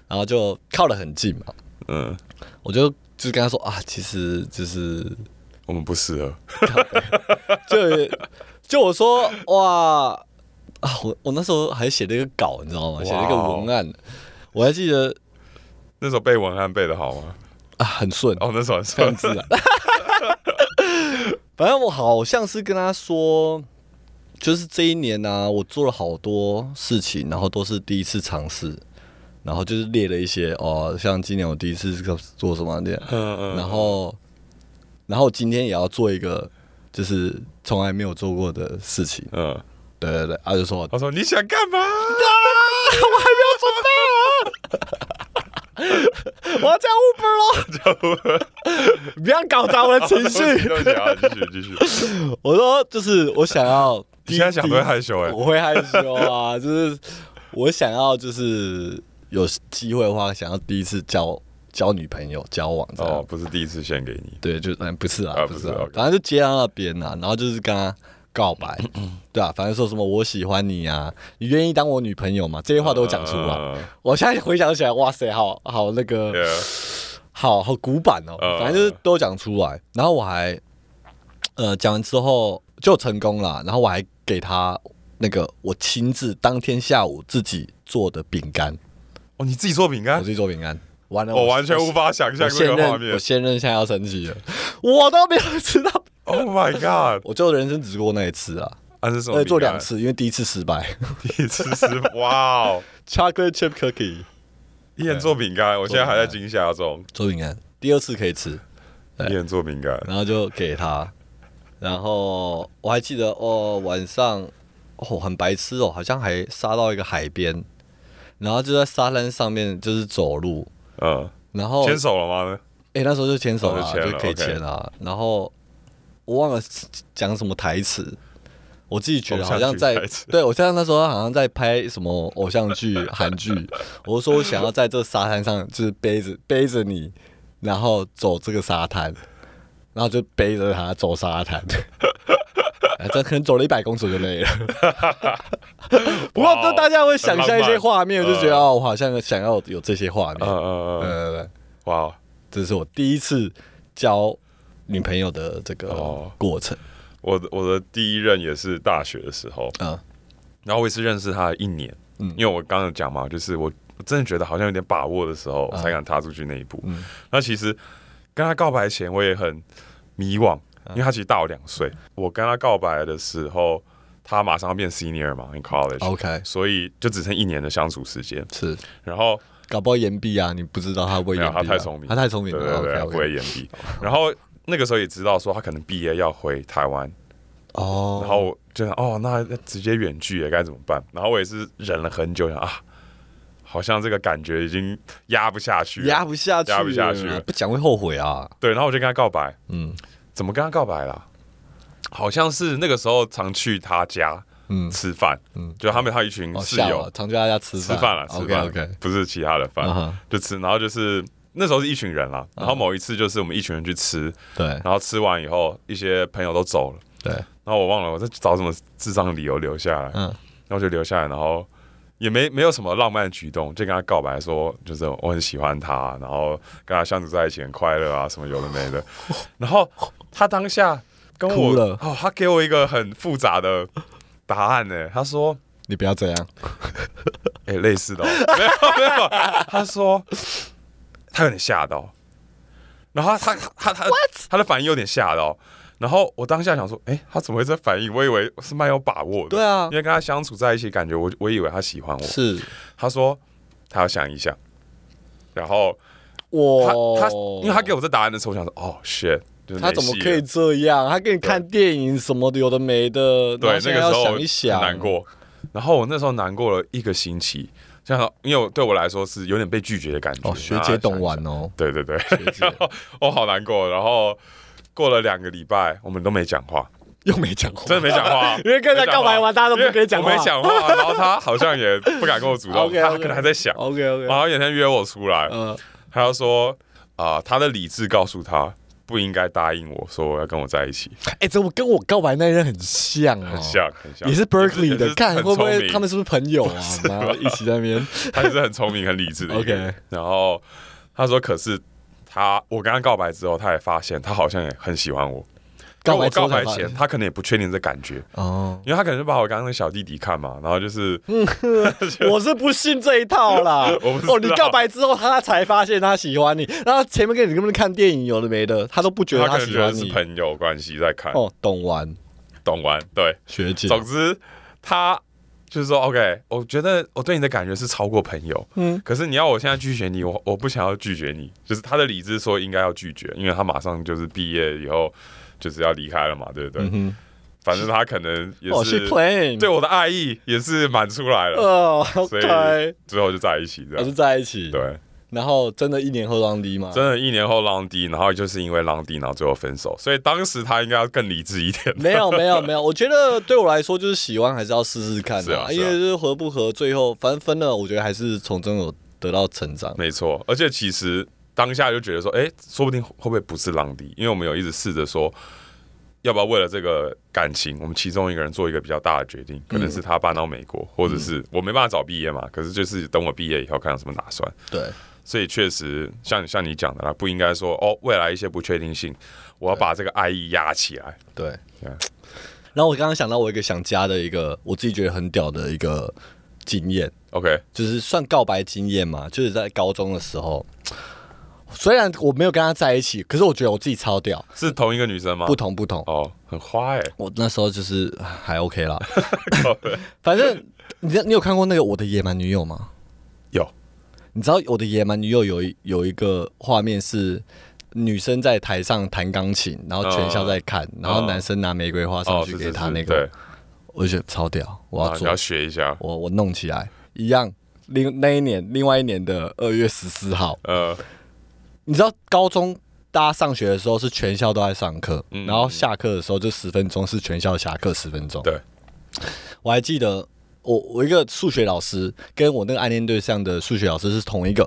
然后就靠得很近嘛，
嗯，
我就就是跟他说啊，其实就是
我们不适合，
就就我说哇啊，我我那时候还写了一个稿，你知道吗？写了一个
哇哦
文案，我还记得
那时候背文案背的好吗？
啊，很顺，
哦，那时候很
这样
顺
子啊。 反正我好像是跟他说，就是这一年呢、啊我做了好多事情，然后都是第一次尝试，然后就是列了一些哦，像今年我第一次做什么的，
嗯 嗯，
然后，然后今天也要做一个就是从来没有做过的事情，
嗯，
对对对，他、就说
他说你想干嘛？啊
我要叫 Uber 咯， 不要搞砸我的情 绪。
对不起对不起啊，继续继续。
我说就是我想要，
你现在想都会害羞哎、
我会害羞啊，就是我想要就是有机会的话，想要第一次交交女朋友交往这样。
哦，不是第一次献给你，
对，就嗯不是
啊
啊，不是
不是
啊
，OK，
反正就接到那边啊，然后就是跟他告白，
嗯
对啊，反正说什么我喜欢你啊，你愿意当我女朋友吗？这些话都讲出来
嗯。
我现在回想起来，哇塞，好好那个。
Yeah，
好好古板哦，
嗯
反正就是都讲出来，然后我还呃讲完之后就成功了，然后我还给他那个我亲自当天下午自己做的饼干，
哦，你自己做饼
我
干
自，己做饼干，完了
我完全无。法想
我
象
现
这个画
任，
面
我。现任现在要生气了，我都没有知道，
Oh my god！
我就人生只过那一次啊，
啊，这是什么饼
呃，
干？
做两，次，因为第一次失败
第一次吃， 哇哦！
，chocolate chip cookie
一人做饼干，我现在还在惊吓中。
做饼干，第二次可以吃，对
一人做饼干，
然后就给他，然后我还记得哦，晚上哦很白痴哦，好像还杀到一个海边，然后就在沙滩上面就是走路，
嗯，
然后
牵手了吗？
哎、那时候就牵手了，
哦就牵了
就可以
OK
牵啊。然后我忘了讲什么台词，我自己觉得好像在
偶像剧台词
对我像那时候好像在拍什么偶像 剧、韩剧。我就说我想要在这沙滩上，就是背着背着你，然后走这个沙滩，然后就背着他走沙 滩。哎这可能走了一百公尺就累了，不过
哇哦
大家会想象一些画面，
很
就
浪漫
觉得哦，我好像想要有这些画面。
嗯嗯
对
嗯，
对对。
哇哦！
这是我第一次交女朋友的这个
哦
过程。
我的我的第一任也是大学的时候，
嗯
然后我也是认识他一年，
嗯
因为我刚刚有讲嘛，就是我真的觉得好像有点把握的时候，我
嗯
才敢踏出去那一步。那其实跟他告白前，我也很迷惘，
嗯
因为他其实大我两岁。我跟他告白的时候，他马上要变 senior 嘛，in college。
，OK，
所以就只剩一年的相处时间，
是，
然后
搞不好岩壁啊，你不知道他会不会
没有
岩壁、啊，
他太聪明，
他太聪明
对对
了。
对，他
OK
不会
OK。
言毕。然后那个时候也知道说他可能毕业要回台湾，
哦，
然后我就想，哦，那直接远距也该怎么办？然后我也是忍了很久，想啊，好像这个感觉已经压不下去了，
压不下去了，
压不下去了
不讲会后悔啊。
对，然后我就跟他告白，
嗯
怎么跟他告白啦？好像是那个时候常去他家
嗯，
吃饭，
嗯
就他们他一群
哦
室
吓
友、
我常去他家吃
吃饭了，吃饭
OK OK，
不是其他的饭
嗯哼嗯
就吃，然后就是那时候是一群人啦，然后某一次就是我们一群人去吃，
对
然后吃完以后一些朋友都走了，
对，
然后我忘了我在找什么智障理由留下来，
嗯
然后就留下来，然后也没没有什么浪漫的举动，就跟他告白说，就是我很喜欢他，然后跟他相处在一起很快乐啊，什么有的没的。然后他当下跟我
哭了
哦，他给我一个很复杂的答案呢、他说。
你不要这样，
哎、类似的、哦，没有没有，他说他有点吓到，然后他他他他他的反应有点吓到，然后我当下想说，哎、他怎么会这反应？我以为是蛮有把握的，
对啊
因为跟他相处在一起，感觉我我以为他喜欢我，
是
他说他要想一想，然后他
我
他因为他给我这答案的时候，我想说，哦 shit，就是
哦他
没
怎么
戏
可
了
以这样？他给你看电影什么的，有的没的，然
对，
后
那
现
个
在
时
要
候
想一想，
很难。过。然后我那时候难过了一个星期，想想，因为我对我来说是有点被拒绝的感觉。
哦，学
然后
姐
想
懂
一
玩
想
哦，
对对对，
姐
然后 我好难过。然后过了两个礼拜，我们都没讲话，
又没讲话，
真的没讲话
，因为刚才
没讲话
告白完大家都不跟你讲话
因为我没讲话。然后他好像也不敢跟我主动，
OK，OK
他可能还在想。啊
OK OK，
然后有一天约我出来，
呃，
他就说啊，他的理智告诉他不应该答应我说要跟我在一起，
哎，这我跟我告白那任很像哦，
很像很像，
也是 Berkeley 的，看会
很
不
聪
会
明
他们是不是朋友啊？然后一起在那边，
他也是很聪明、很理智的一个人。
OK
然后他说，可是他我跟他告白之后，他也发现他好像也很喜欢我。
告白
因为
之
我
后
告白
才发
前，
现
他可能也不确定这感觉，
哦，
因为他可能就把我刚刚那个小弟弟看嘛，然后就是
嗯我是不信这一套啦。
我不知道
哦，你告白之后，他才发现他喜欢你，然后前面跟你根本看电影有的没的，他都不觉得
他可能
喜
觉得
欢
是
你。
朋友关系在看，
哦，懂玩
懂完对。
学姐，
总之，他就是说，OK，我觉得我对你的感觉是超过朋友，嗯，可是你要我现在拒绝你，我我不想要拒绝你，就是他的理智说应该要拒绝，因为他马上就是毕业以后就是要离开了嘛，对不对？
嗯
反正他可能也
哦，
是
是 playing
对我的爱意也是满出来了，
哦
所
，OK，哦
以最后就在一起这
还是
样。
在一起，，
对，
然后真的一年后当 D 吗？
真的，一年后浪迪，然后就是因为浪迪，然后最后分手，所以当时他应该要更理智一 点。
没有没有没有，我觉得对我来说就是喜欢还是要试试看
是
的、
啊是啊
因为就是合不合，最后反正分了，我觉得还是从中有得到成 长。
没错，而且其实当下就觉得说，哎、说不定会不会不是浪迪？因为我们有一直试着说，要不要为了这个感情，我们其中一个人做一个比较大的决定，可
嗯
能是他搬到美国，或者是我没办法早毕业嘛，可是就是等我毕业以后看有什么打算。
对，
所以确实像像你讲的啦，不应该说哦，未来一些不确定性，我要把这个爱意压起来。
对。
对啊
然后我刚刚想到我一个想加的一个我自己觉得很屌的一个经验，
OK，
就是算告白经验嘛，就是在高中的时候。虽然我没有跟他在一起，可是我觉得我自己超屌，
是同一个女生吗？
不同不同。
哦，很花哎、
我那时候就是唉还 OK 啦， 反正你知道你有看过那个《我的野蛮女友》吗？
有
你知道我的野蛮女友有一有一个画面是女生在台上弹钢琴，然后全校在看，然后男生拿玫瑰花上
哦，
去
是
给
是
她
是，
那
对
个，，我就觉得超屌，我要
啊你
做，
要学一下，
我我弄起来一样。另那一年，另外一年的二月十四号，
呃，
你知道高中大家上学的时候是全校都在上课，
嗯
然后下课的时候就十分钟是全校下课十分钟。
对，
我还记得我我一个数学老师跟我那个暗恋对象的数学老师是同一个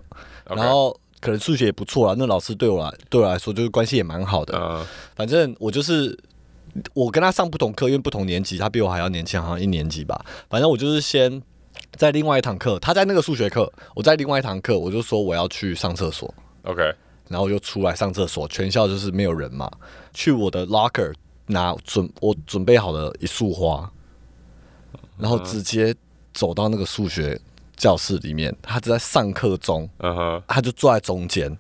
OK
然后可能数学也不错啦，那老师对我来对我来说就是关系也蛮好的。
呃，
反正我就是我跟他上不同课，因为不同年级，他比我还要年轻，好像一年级吧。反正我就是先在另外一堂课，他在那个数学课，我在另外一堂课，我就说我要去上厕所，
OK，
然后我就出来上厕所，全校就是没有人嘛，去我的 locker 拿准我准备好的一束花，然后直接走到那个数学教室里面，他就在上课中，
嗯哼，
他就坐在中间，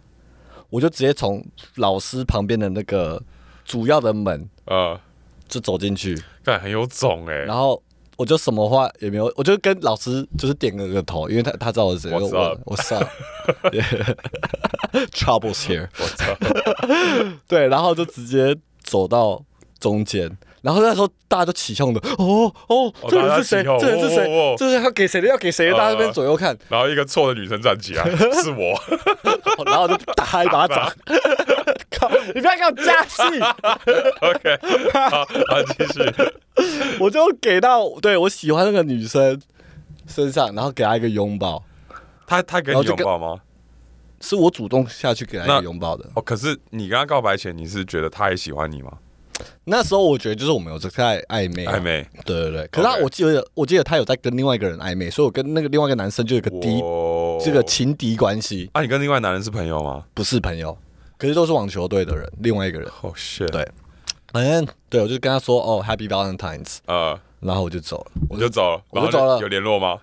我就直接从老师旁边的那个主要的门
呃，
就走进去，
但很有种哎、
然后我就什么话也没有，我就跟老师就是点了个头，因为他他知道我是谁，
What's
我
up？
我 上 troubles here，
我操，
对，然后就直接走到中间，然后那时候大家都起哄的，哦哦，
哦
这人是
大家
谁？
起哄
这人是
哦哦哦
谁？这是要给谁的？要给谁的？
呃
大家这边左右看，
然后一个错的女生站 起来，是我，
然后就打一巴掌。靠！你不要给我加戏，
OK，好，好，继续。
我就给到对我喜欢那个女生身上，然后给她一个拥抱，
他他给
然后
你
就
拥
跟
抱吗？
是我主动下去给她一
那
个拥抱的。
哦，可是你跟他告白前，你是觉得他也喜欢你吗？
那时候我觉得就是我们有在暧昧啊，
暧昧，
对对对，可是他
OK
我记得，我记得他有在跟另外一个人暧昧，所以我跟那个另外一个男生就有一个敌，
哦我
这个情敌关系，
啊，你跟另外男人是朋友吗？
不是朋友，可是都是网球队的人，另外一个人，
哦、shit，
对，反
嗯
正对我就跟他说哦，Happy Valentine's，
呃，
然后我就走了，我
你就走了，
我就
然后
走了
有联络吗？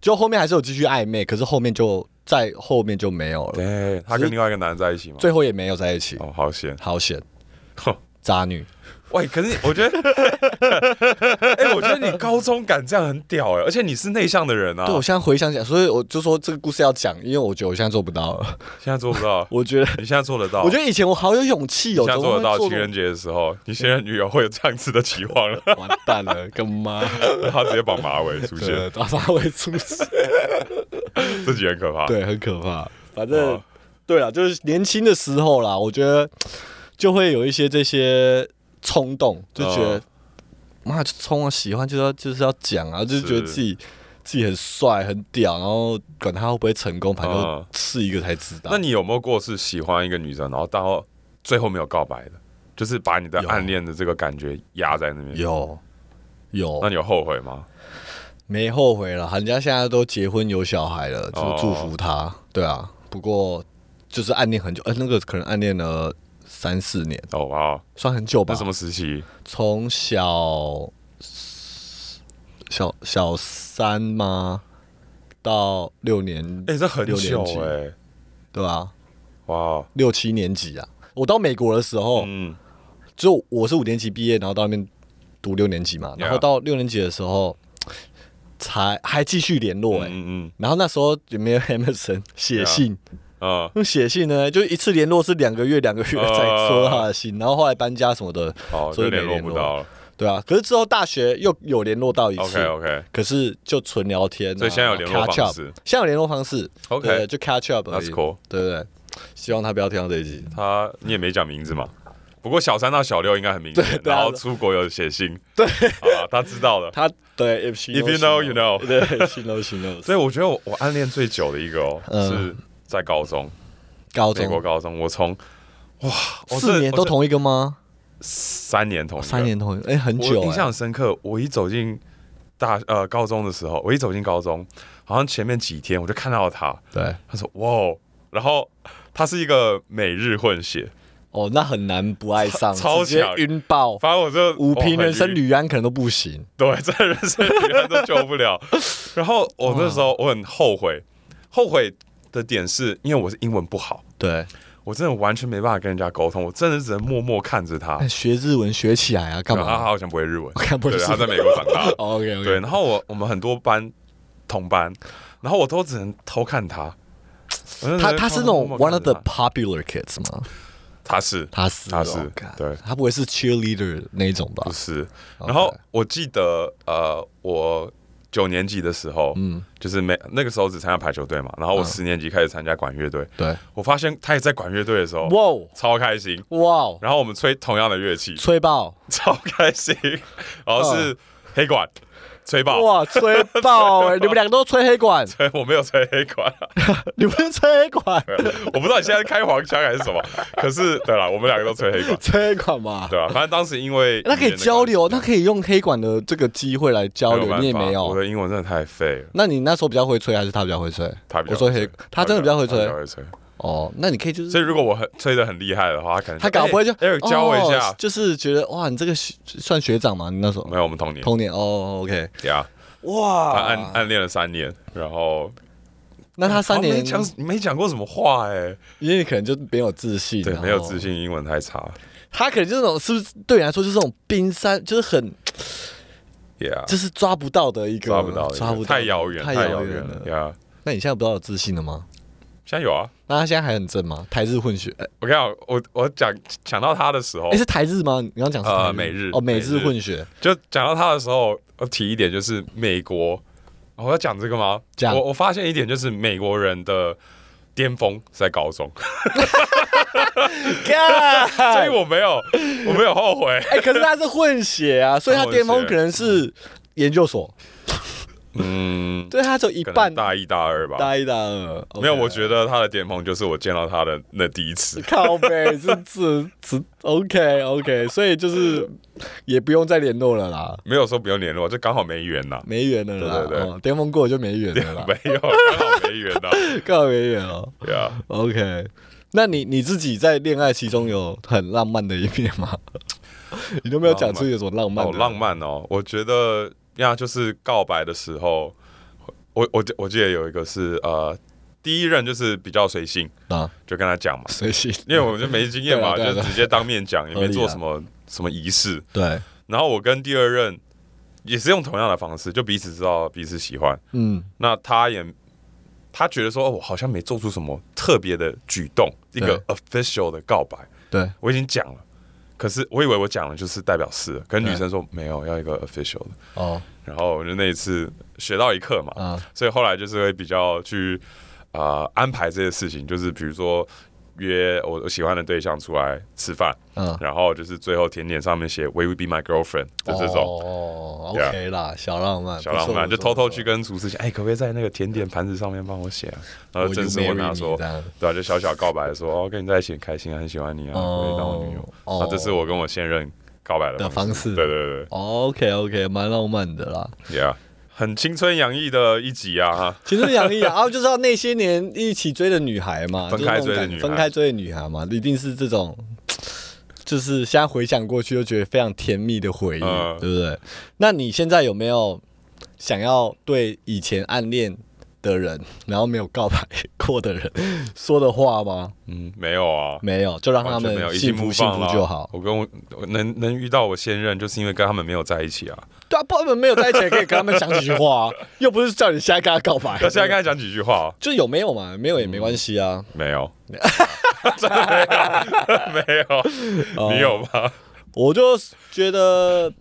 就后面还是有继续暧昧，可是后面就在后面就没有了，
对，他跟另外一个男人在一起吗？
最后也没有在一起，
哦，好险，
好险，
哼。
渣女，
喂，可是我 觉得，哎、我觉得你高中敢这样很屌哎、而且你是内向的人啊，
对我现在回想起来，所以我就说这个故事要讲，因为我觉得我现在做不到了，
现在做不到，
我觉得。
你现在做得到，
我觉得以前我好有勇气
你
哦，
现在
怎么
哦做
会
得到。
做
情
这
人
种
节的时候，你现任女友会有这样子的期 望了，
完蛋了，跟 妈。
他直接绑马尾出
对，
现，
打发会出 事，
自己很可怕。
对，很可怕。反
哇
正对啊，就是年轻的时候啦，我觉得就会有一些这些冲动，就觉得
嗯
妈就冲啊，喜欢就是要就是要讲啊，就是觉得
是
自己自己很帅很屌，然后管他会不会成功，反
嗯
正试一个才知道。
那你有没有过是喜欢一个女生，然后到最后没有告白的，就是把你的
有
暗恋的这个感觉压在那边？
有
那
有
你有后悔吗？
没后悔了，人家现在都结婚有小孩了，就
哦
祝福他。对啊，不过就是暗恋很久，呃，那个可能暗恋了三四年，
哦哇哦，
算很久吧
那。什么时期？
从小小小三吗？到六年，
哎、这很
六
久
年级
哎、
对吧、
哇哦，
六七年级啊，我到美国的时候，
嗯，
就我是五年级毕业，然后到那边读六年级嘛，然后
Yeah
到六年级的时候才还继续联络哎、
嗯嗯
然后那时候也没有 Emerson 写
Yeah
信，
嗯，
用写信呢，就一次联络是两个月两个月才收到他的信，然后后来搬家什么的，
哦，
所
就
以没
联络
联
不
络
到了。
对啊，可是之后大学又有联络到一次
OK OK，
可是就纯聊天啊、
所以现在有联络
catch
方
up，
式
现在有联络方式
OK
对就 catch up 而
That's
已
cool
对不对？希望他不要听到这一集。
他你也没讲名字嘛。不过小三到小六应该很明显，
对啊
然后出国有写信，对，好吧，他 知道了。
他对，if she
If
knows,
you know,
she
you know
对，she knows, she knows。
所以我觉得我我暗恋最久的一个哦，
嗯
是在高中，
高
美国
中
高中，我从哇我
四
是
年
我
都
是
同一个吗？
三年同一个
三年同一个，哎，很久
我
哎。
印象很深刻。我一走进大呃高中的时候，我一走进高中，好像前面几天我就看到他，
对，
他说哇哦，然后他是一个美日混血，
哦，那很难不爱上，
超
直接
强
晕爆，
反正我就
五
哇很
平人生
晕
女安可能都不行。
对，真的人生女人都救不 了。然后我那时候我很后悔，后悔的点是因为我是英文不好，
对，
我真的完全没办法跟人家沟通，我真的只能默默看着他
那。哎学日文学起来啊，干
然后他
嘛
好像不会日文，
看不
对，
是
他在美国长 大。
？OK
对，
OK，
然后我我们很多班同班，然后我都只能偷看他。我真的
他
偷
他是那种
默默
one
看
of
着
the
他
popular kids 吗？
他是
他是
他
哦
是
干
对
他不会是 cheerleader 那一种吧
不？是。
OK
然后我记得呃，我九年级的时候，嗯，就是没那个时候只参加排球队嘛，然后我十年级开始参加管乐队，
嗯对，
我发现他也在管乐队的时候，
哇哦
超开心。
哇哦，
然后我们吹同样的乐器，
吹爆，
超开心。然后是黑管，吹爆。
嗯哇，吹爆 哎！你们两个都吹黑管，
对， 我没有吹黑管、啊，
你们吹黑管，
我不知道你现在开黄腔还是什么。可是，对了，我们两个都吹黑管，
吹黑管嘛。
对吧、反正当时因为
那可以交流，那
以
可以用黑管的这个机会来交流，你也没
我
有。
的英文真的太废了。
那你那时候比较会吹，还是他比较会吹？
他比较
我说
会
黑
吹，
他真的比较会
他
吹
比较会吹。
哦。那你可以就
所
是
以如果我很吹的很厉害的话，他可能
他搞不会就
哎 Eric 教我一下
哦，就是觉得哇，你这个学算学长嘛？你那时候
没有我们同年，
童年哦，OK，
对啊，他暗
哇，
暗恋了三年，然后
那他啊三
好
年
像没讲没讲过什么话哎，
因为可能就没有自信，
对，
然后
没有自。信，英文太差
他可能就是那种，是不是对你来说就是这种冰山，就是很
，Yeah，
就是抓不到的一个，
啊抓不到，
抓不到，
太遥远，
太
太遥
远了。
，Yeah，
那你现在不知道有自信了吗？
现在有啊。
那他现在还很正吗？台日混血？哎、
我跟你讲，我我讲讲到他的时候
诶，是台日吗？你刚刚讲是
呃
台
美日
哦，美
美
日
日
混 血，
就讲到他的时候，我提一点就是美国，哦我要讲这个吗？
讲
我我发现一点就是美国人的巅峰是在 高中，所以我没 有我没有后悔。
哎、可是他是混血啊，所以他 巅峰可能是研究所，
嗯，
对他只有一
可
半
能大一大二吧。
大一大二。
没有，
OK
我觉得他的巅峰就是我见到他的那第一次。
靠背是是是 OK OK，所以就是也不用再联络了啦，
没有说不用联络，就刚好没缘呐，
没缘了啦，
对对对
哦，巅峰过了就没缘了啦，
没有，刚好没缘呐。
更好没缘了。
对啊，
OK，那你你自己在恋爱其中有很浪漫的一面吗？ 你都没有讲出有什么浪漫
好
的
浪漫哦。我觉得呀，就是告白的时候，我我我记得有一个是呃，第一任就是比较随性，
啊，
就跟他讲嘛，
随性
因为我就没经验 嘛，
对啊对啊
就
对啊
直接当面讲，也
合
没
理啊
做什么什么仪式。
对，
然后我跟第二任也是用同样的方式，就彼此知道彼此喜欢。
嗯，
那他也他觉得说，哦，我好像没做出什么特别的举动，一个 official 的告白，
对，
我已经讲了。可是我以为我讲了就是代表是了，跟
对啊
女生说没有，要一个 official 的。
哦，
然后我就那一次学到一课嘛，
啊
所以后来就是会比较去啊、呃安排这些事情，就是比如说约我我喜欢的对象出来吃饭，
嗯
然后就是最后甜点上面写 “Will you be my girlfriend” 就这种。
哦
Yeah
，OK 啦，小浪漫，
小浪漫
不错
就偷偷去。
不错
跟厨师讲，哎，可不可以在那个甜点盘子上面帮我写啊？然后
Will
正式
you
问他
marry
说
me？这样，
对啊，就小小告白说，哦，跟你在一起很开心啊，很喜欢你啊，
哦
可以当我女友。
哦
啊，这是我跟我现任告白
的
的方
方式
对对
不错 OK OK，蛮浪漫的啦。
对，Yeah，很青春洋溢的一集啊哈。
其实杨毅啊，啊，就知道那些年一起追的女孩嘛，
分
就是那
开
种
追的
感
女孩
分开追的女孩嘛，一定是这种，就是现在回想过去就觉得非常甜蜜的回忆，
嗯
对不对？那你现在有没有想要对以前暗恋的人，然后没有告白过的人 说的话吗？
嗯，没有啊，
没有，就让他
完全没有，
们
已
幸
经
福
move
幸
on
福
了
就好。
我跟我我能能遇到我现任，就是因为跟他们没有在一起啊。
对啊，不然没有在一起也可以跟他们讲几句话啊，又不是叫你现在跟他告白，
要现在跟他讲几句话啊？
就有没有嘛，没有也没关系啊。
没有， 真的没有，没有，
哦
你有
啊
吗？
我就觉得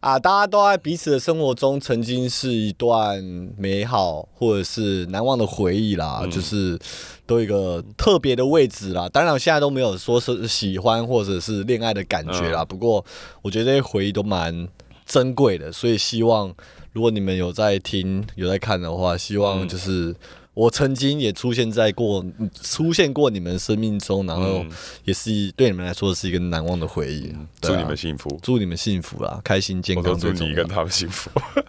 啊，大家都在彼此的生活中，曾经是一段美好或者是难忘的回忆啦，就是都有一个特别的位置啦。当然，我现在都没有说是喜欢或者是恋爱的感觉啦，不过我觉得这些回忆都蛮珍贵的，所以希望如果你们有在听、有在看的话，希望就是。我曾经也出现在过，出现过你们生命中，然后
嗯
也是对你们来说是一个难忘的回忆。对
祝
啊
你们幸福，
祝你们幸福啦，开心健
我都
康
祝
最重
你
要
跟。他们幸福。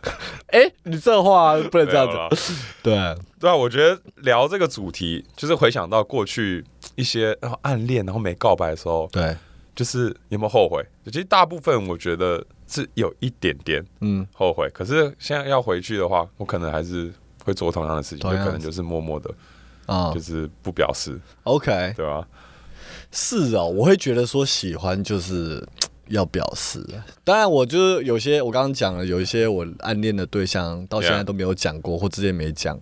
哎、你这话不能
没
这样
有 啦
子，对，
对啊，我觉得聊这个主题，就是回想到过去一些然后暗恋，然后没告白的时候，
对，
就是有没有后悔？其实大部分我觉得是有一点点
嗯，
后悔，可是现在要回去的话，我可能还是会做同样的事情，
同
就
样的
可能就是默默的，
啊、
就是不表示，
o k
对吧？
是哦，我会觉得说喜欢就是。要表示，当然，我就是有些我刚刚讲了，有一些我暗恋的对象到现在
Yeah
都没有讲过，或之前没讲。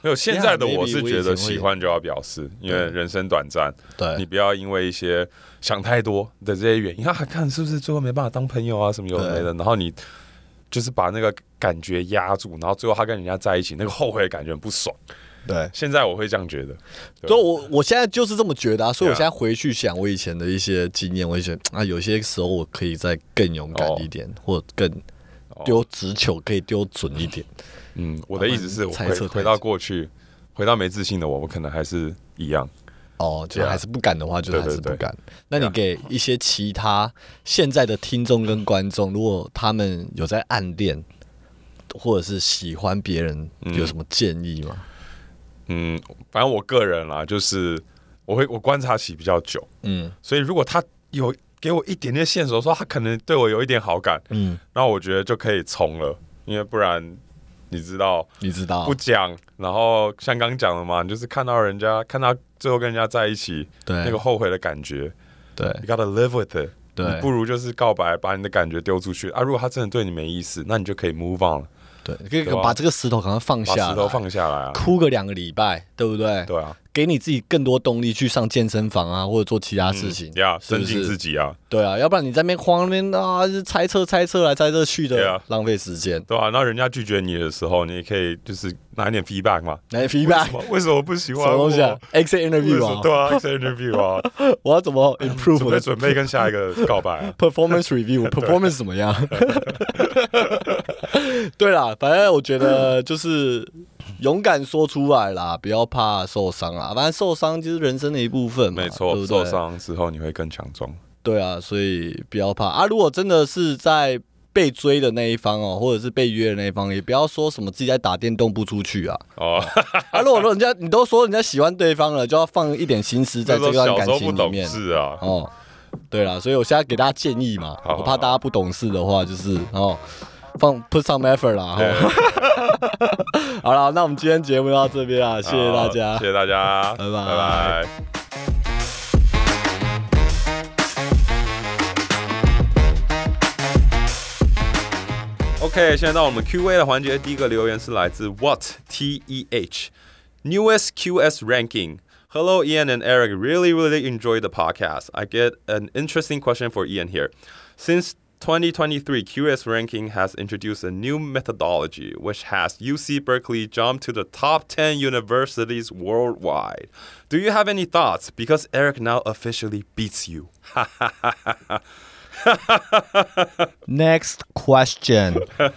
没有，现在的
maybe
我是觉
我以
得
前会
喜欢就要表示，因为人生短暂，你
对，
不要因为一些想太多的这些原因，啊，看是不是最后没办法当朋友啊，什么有的没的，然后你就是把那个感觉压住，然后最后他跟人家在一起，那个后悔的感觉很不爽。
对，
现在我会这样觉得，对
所以我我现在就是这么觉得啊，所以我
Yeah
现在回去想我以前的一些经验，我就觉得啊，有些时候我可以再更勇敢
哦
一点，或更丢直球可以丢准一点。
嗯，我的意思是我
猜测
回
太
回到过去，回到没自信的我，我可能还是一样。
哦，就
对啊
还是不敢的话，就
对
还
对
是不
对
敢。那你给一些其他现在的听众跟观众，如果他们有在暗恋或者是喜欢别人，有什么建议吗？
嗯，反正我个人啦，就是我会我观察期比较久，
嗯
所以如果他有给我一点点线索，说他可能对我有一点好感，
嗯，
那我觉得就可以冲了，因为不然你知道
你知道
不，讲，然后像刚讲的嘛，你就是看到人家看到最后跟人家在一起，
对
那个后悔的感觉
对
，you gotta live with it。
对
你不如就是告白，把你的感觉丢出去啊！如果他真的对你没意思，那你就可以 move on 了。
对，可以
对吧
把这个石头赶快放
把
下，
石头放，下来啊。
哭个两个礼拜，对不对？
对啊，
给你自己更多动力去上健身房啊，或者做其他事情，
呀，
是不
嗯增进
是
自己啊，
对啊，要不然你在那边慌那边啊，就是猜测猜测来猜测去的
对啊
浪费时间。
对吧、然后人家拒绝你的时候，你也可以就是拿一点 feedback 嘛。
来 feedback
什么为什么不
什
喜欢
么
我？
东西啊？Exit
为什
interview
么对
啊，
啊，exit interview 啊，
我要怎 么
嗯准
improve 我
备
的。
准备跟下一个告白啊
performance review performance 怎么样？ 对啦，反正我觉 得就是勇敢说出来啦，不要怕受伤啊，反正受伤就是人生的一部分嘛，
没错，
对不
受
对？
伤之后你会更强壮。
对啊，所以不要怕啊！如果真的是在被追的那一方哦，或者是被约的那一方，也不要说什么自己在打电动不出去啊。
哦，
啊，如果说人家你都说人家喜欢对方了，就要放一点心思在
那时
这
候
段
小
感
时 候
情
不
里
懂
面
事啊，
哦。对啦，所以我现在给大家建议嘛，
好好
我怕大家不懂事的话，就是哦，放 put some effort 啦。哦、 好了，那我们今天节目就到这边啊，谢谢大家
好谢。谢大家，
拜拜
拜拜。OK，现在到我们 Q&A 的环节，第一个留言是来自 What T E H Newest QS Ranking。Hello, Ian and Eric. Really, really enjoy the podcast. I get an interesting question for Ian here. Since 2023, QS Ranking has introduced a new methodology which has UC Berkeley jump to the top 10 universities worldwide. Do you have any thoughts? Because Eric now officially beats you.
Next question，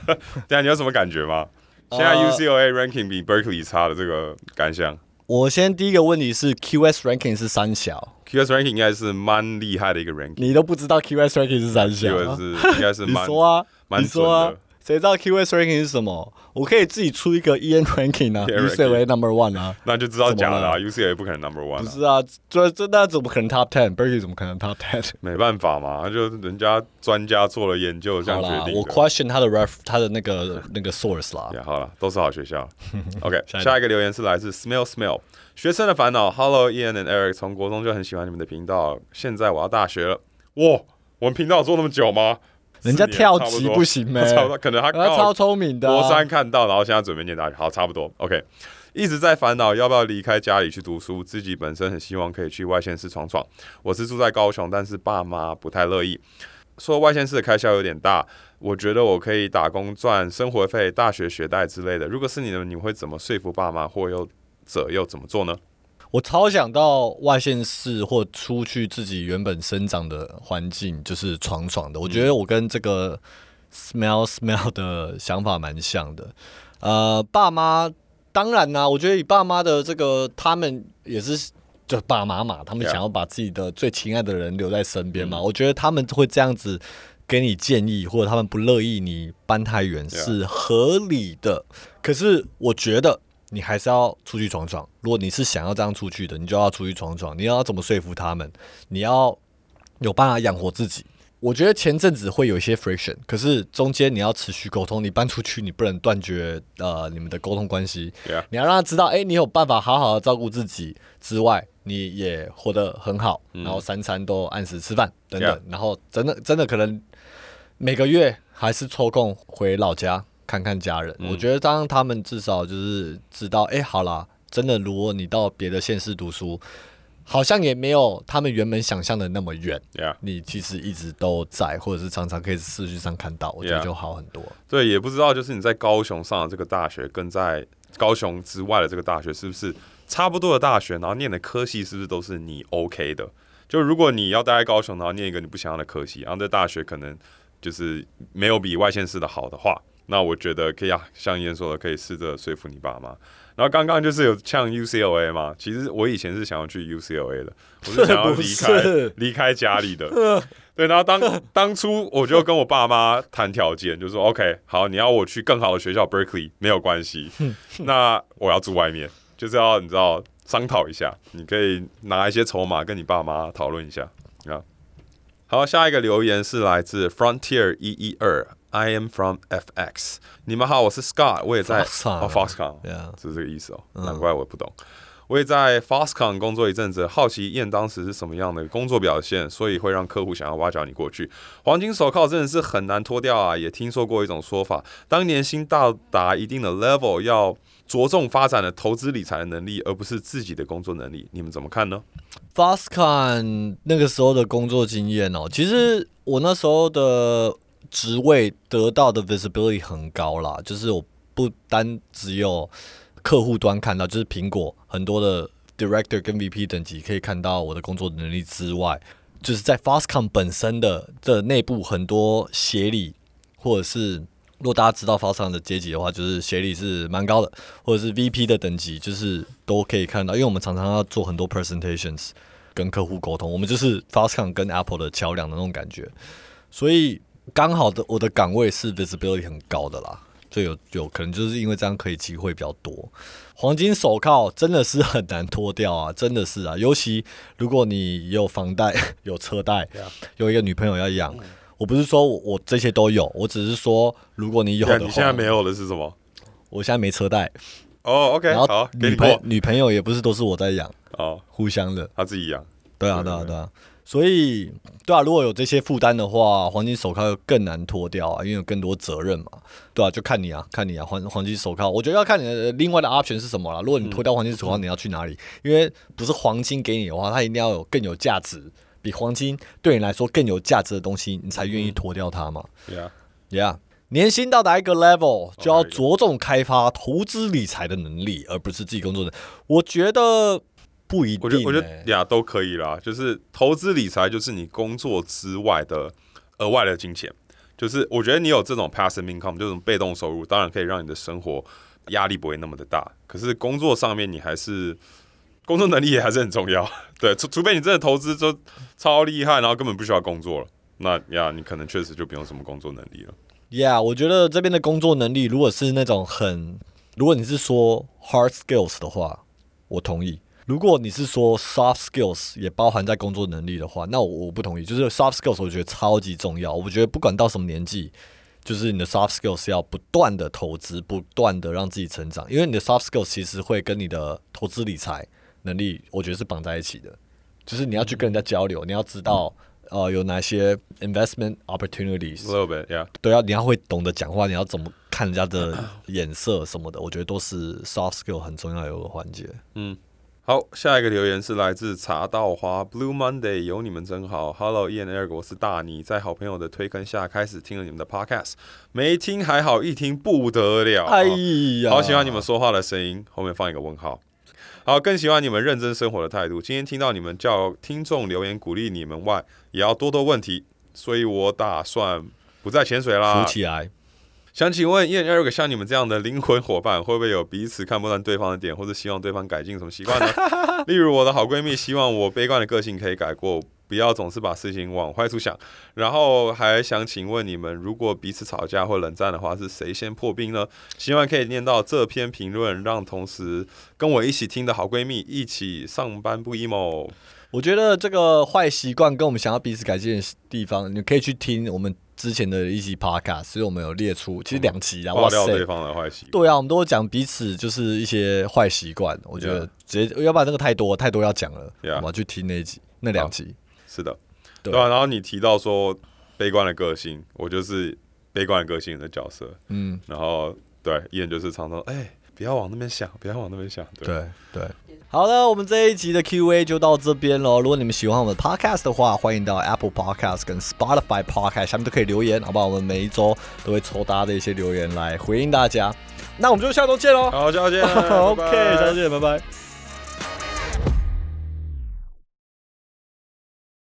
对啊，你有什么感觉吗？现在
呃
UCLA ranking 比 Berkeley 差的这个感想
我先第一个问题是 QS ranking 是三小，
，QS ranking 应该是蛮厉害的一个 ranking，
你都不知道 QS ranking 是三小啊、
QS 是应该是
你
蛮
说啊，
蛮
你
准
说啊
的。，
谁知道 QS ranking 是什么？我可以自己出一个 EN ranking 啊
EN
，UCLA number one 啊。
那就知道假的啊
怎
，UCLA 不可能 number one，
不
啊
是啊，这这那怎么可能 top ten？Berkeley 怎么可能 top ten？
没办法嘛，就人家专家做了研究这
好
样决
啦，
定的。
啊我 question 他的 ref 他的那个 那个 source 啦。
也好了，都是好 学校。OK，
一个
下一个留言是来自 Smell Smell 学生的烦恼。Hello Ian and Eric，从国中就很喜欢你们的频道，现在我要大学了。哇，我们频道有做那么久吗？
人家
四年
跳
差
级
多
不行咩
差不多可能他
人家
刚好
超聪明的啊
国三看到，然后现在准备念大学，好，差不多。OK，一直在烦恼要不要离开家里去读书，自己本身很希望可以去外县市闯闯。我是住在高雄，但是爸妈不太乐意，说外县市的开销有点大。我觉得我可以打工赚生活费、大学学贷之类的。如果是你们，你会怎么说服爸妈，或又者又怎么做呢？
我超想到外县市或出去自己原本生长的环境，就是闯闯的。我觉得我跟这个 smell smell 的想法蛮像的。呃，爸妈当然啦、我觉得以爸妈的这个，他们也是就爸妈嘛，他们
Yeah 嗯
想要把自己的最亲爱的人留在身边嘛。我觉得他们会这样子给你建议，或者他们不乐意你搬太远
Yeah
是合理的。可是我觉得你还是要出去闯闯。如果你是想要这样出去的，你就要出去闯闯。你要怎么说服他们？你要有办法养活自己。我觉得前阵子会有一些 friction，可是中间你要持续沟通。你搬出去，你不能断绝呃你们的沟通关系。
Yeah
你要让他知道，哎、你有办法好好的照顾自己之外，你也活得很好，然后三餐都按时吃饭等等。
Yeah
然后真的真的可能每个月还是抽空回老家看看家人。我觉得当他们至少就是知道，哎、好啦，真的，如果你到别的县市读书，好像也没有他们原本想象的那么远。
Yeah，
你其实一直都在，或者是常常可以视讯上看到，我觉
Yeah
得就好很多。
对，也不知道就是你在高雄上的这个大学，跟在高雄之外的这个大学是不是差不多的大学，然后念的科系是不是都是你 OK 的？就如果你要待在高雄，然后念一个你不想要的科系，然后在大学可能就是没有比外县市的好的话，那我觉得可以啊，像燕说的，可以试着说服你爸妈。然后刚刚就是有像 UCLA 嘛，其实我以前是想要去 UCLA 的，我是想要
不
离开
是
离开家里的。 对，然后当当初我就跟我爸妈谈条件，就说 OK，好，你要我去更好的学校 Berkeley 没有关系， 那我要住外面，就是要你知道商讨一下，你可以拿一些筹码跟你爸妈讨论一下啊。好，下一个留言是来自 Frontier 一一二，I am from FX。你们好，我是 Scott，我也在
Foxconn
哦 Foxconn，
Yeah 嗯
是这个意思哦，难怪我不懂。我也在 Foxconn 工作一阵子，好奇燕当时是什么样的工作表现，所以会让客户想要挖角你过去。黄金手铐真的是很难脱掉啊！也听说过一种说法，当年薪到达一定的 level，要着重发展的投资理财的能力，而不是自己的工作能力。你们怎么看呢？
Foscon 那个时候的工作经验哦，其实我那时候的职位得到的 visibility 很高啦，就是我不单只有客户端看到，就是苹果很多的 director 跟 VP 等级可以看到我的工作能力之外，就是在 Foscon 本身的的内部很多协理或者是。如果大家知道 Foscon 的阶级的话，就是协理是蛮高的，或者是 VP 的等级，就是都可以看到，因为我们常常要做很多 presentations，跟客户沟通，我们就是 Fastcon 跟 Apple 的桥梁的那种感觉。所以刚好的我的岗位是 visibility 很高的啦，就有有可能就是因为这样可以机会比较多。黄金手铐真的是很难脱掉啊，真的是啊，尤其如果你有房贷、 有车贷、有一个女朋友要养，我不是说我我这些都有，我只是说如果你有
对啊
的
你
话，
现在没有的是什么？
我现在没车贷，
哦，OK，
然后
好，
女
给你
朋
过。
女朋友也不是都是我在养，
哦，
互相的。
他自己养。
对啊，对啊，对啊。所以，对啊，如果有这些负担的话，黄金手铐又更难脱掉啊，因为有更多责任嘛，对啊，就看你啊，看你啊，黄黄金手铐，我觉得要看你的另外的 option 是什么啦。如果
嗯
你脱掉黄金手铐，你要去哪里？因为不是黄金给你的话，它一定要有更有价值，比黄金对你来说更有价值的东西，你才愿意脱掉它嘛。
Yeah，
Yeah，年薪到达一个 level，就要
Alright
着重开发投资理财的能力，而不是自己工作的。我觉得不一定、欸，
我觉得我觉得呀都可以啦，就是投资理财就是你工作之外的额外的金钱，就是我觉得你有这种 passive income 这种被动收入，当然可以让你的生活压力不会那么的大，可是工作上面你还是。工作能力也还是很重要， 对，除除非你真的投资就超厉害，然后根本不需要工作了，那呀，你可能确实就不用什么工作能力了。
Yeah，我觉得这边的工作能力，如果是那种很，如果你是说 hard skills 的话，我同意；如果你是说 soft skills 也包含在工作能力的话，那我我不同意。就是 soft skills 我觉得超级重要，我觉得不管到什么年纪，就是你的 soft skills 要不断的投资，不断的让自己成长，因为你的 soft skills 其实会跟你的投资理财能力，我觉得是绑在一起的。就是你要去跟人家交流，你要知道。呃，有哪些 investment opportunities？
A little bit, yeah.
对啊，你要会懂得讲话，你要怎么看人家的眼色什么的，我觉得都是 soft skill 很重要的一个环节。
好，下一个留言是来自茶道花 Blue Monday，有你们真好。Hello E Ian Eric，我是大尼，在好朋友的推坑下开始听了你们的 Podcast，没听还好，一听不得了，
哎
哦
呀，
好喜欢你们说话的声音，后面放一个问号。好，更喜欢你们认真生活的态度。今天听到你们叫听众留言鼓励你们外，也要多多问题，所以我打算不再潜水啦
扶。起来。
想请问 Ian Eric，像你们这样的灵魂伙伴，会不会有彼此看不惯对方的点，或者希望对方改进什么习惯呢？ 例如我的好闺蜜希望我悲观的个性可以改过，不要总是把事情往坏处想。然后还想请问你们，如果彼此吵架或冷战的话，是谁先破冰呢？希望可以念到这篇评论，让同时跟我一起听的好闺蜜一起上班不 emo。
我觉得这个坏习惯跟我们想要彼此改进的地方，你可以去听我们之前的一期 podcast，所以我们有列出其实两期啊，
哦爆
哇
料
塞
对，方的坏习惯。
对啊，我们都有讲彼此就是一些坏习惯，我觉得
Yeah
直接要不然那个太多太多要讲了，我
Yeah
们要去听那一集那两集。
是的，
对
对啊。然后你提到说悲观的个性，我就是悲观的个性的角色。
嗯，
然后对，伊人就是常常哎、不要往那边想，不要往那边想。对，
对对。好了，我们这一集的 Q&A 就到这边喽。如果你们喜欢我们的 Podcast 的话，欢迎到 Apple Podcast 跟 Spotify Podcast 下面都可以留言，好不好？我们每一周都会抽大家的一些留言来回应大家。那我们就下周见喽。
好，再见
OK，
拜拜
下周见，拜拜。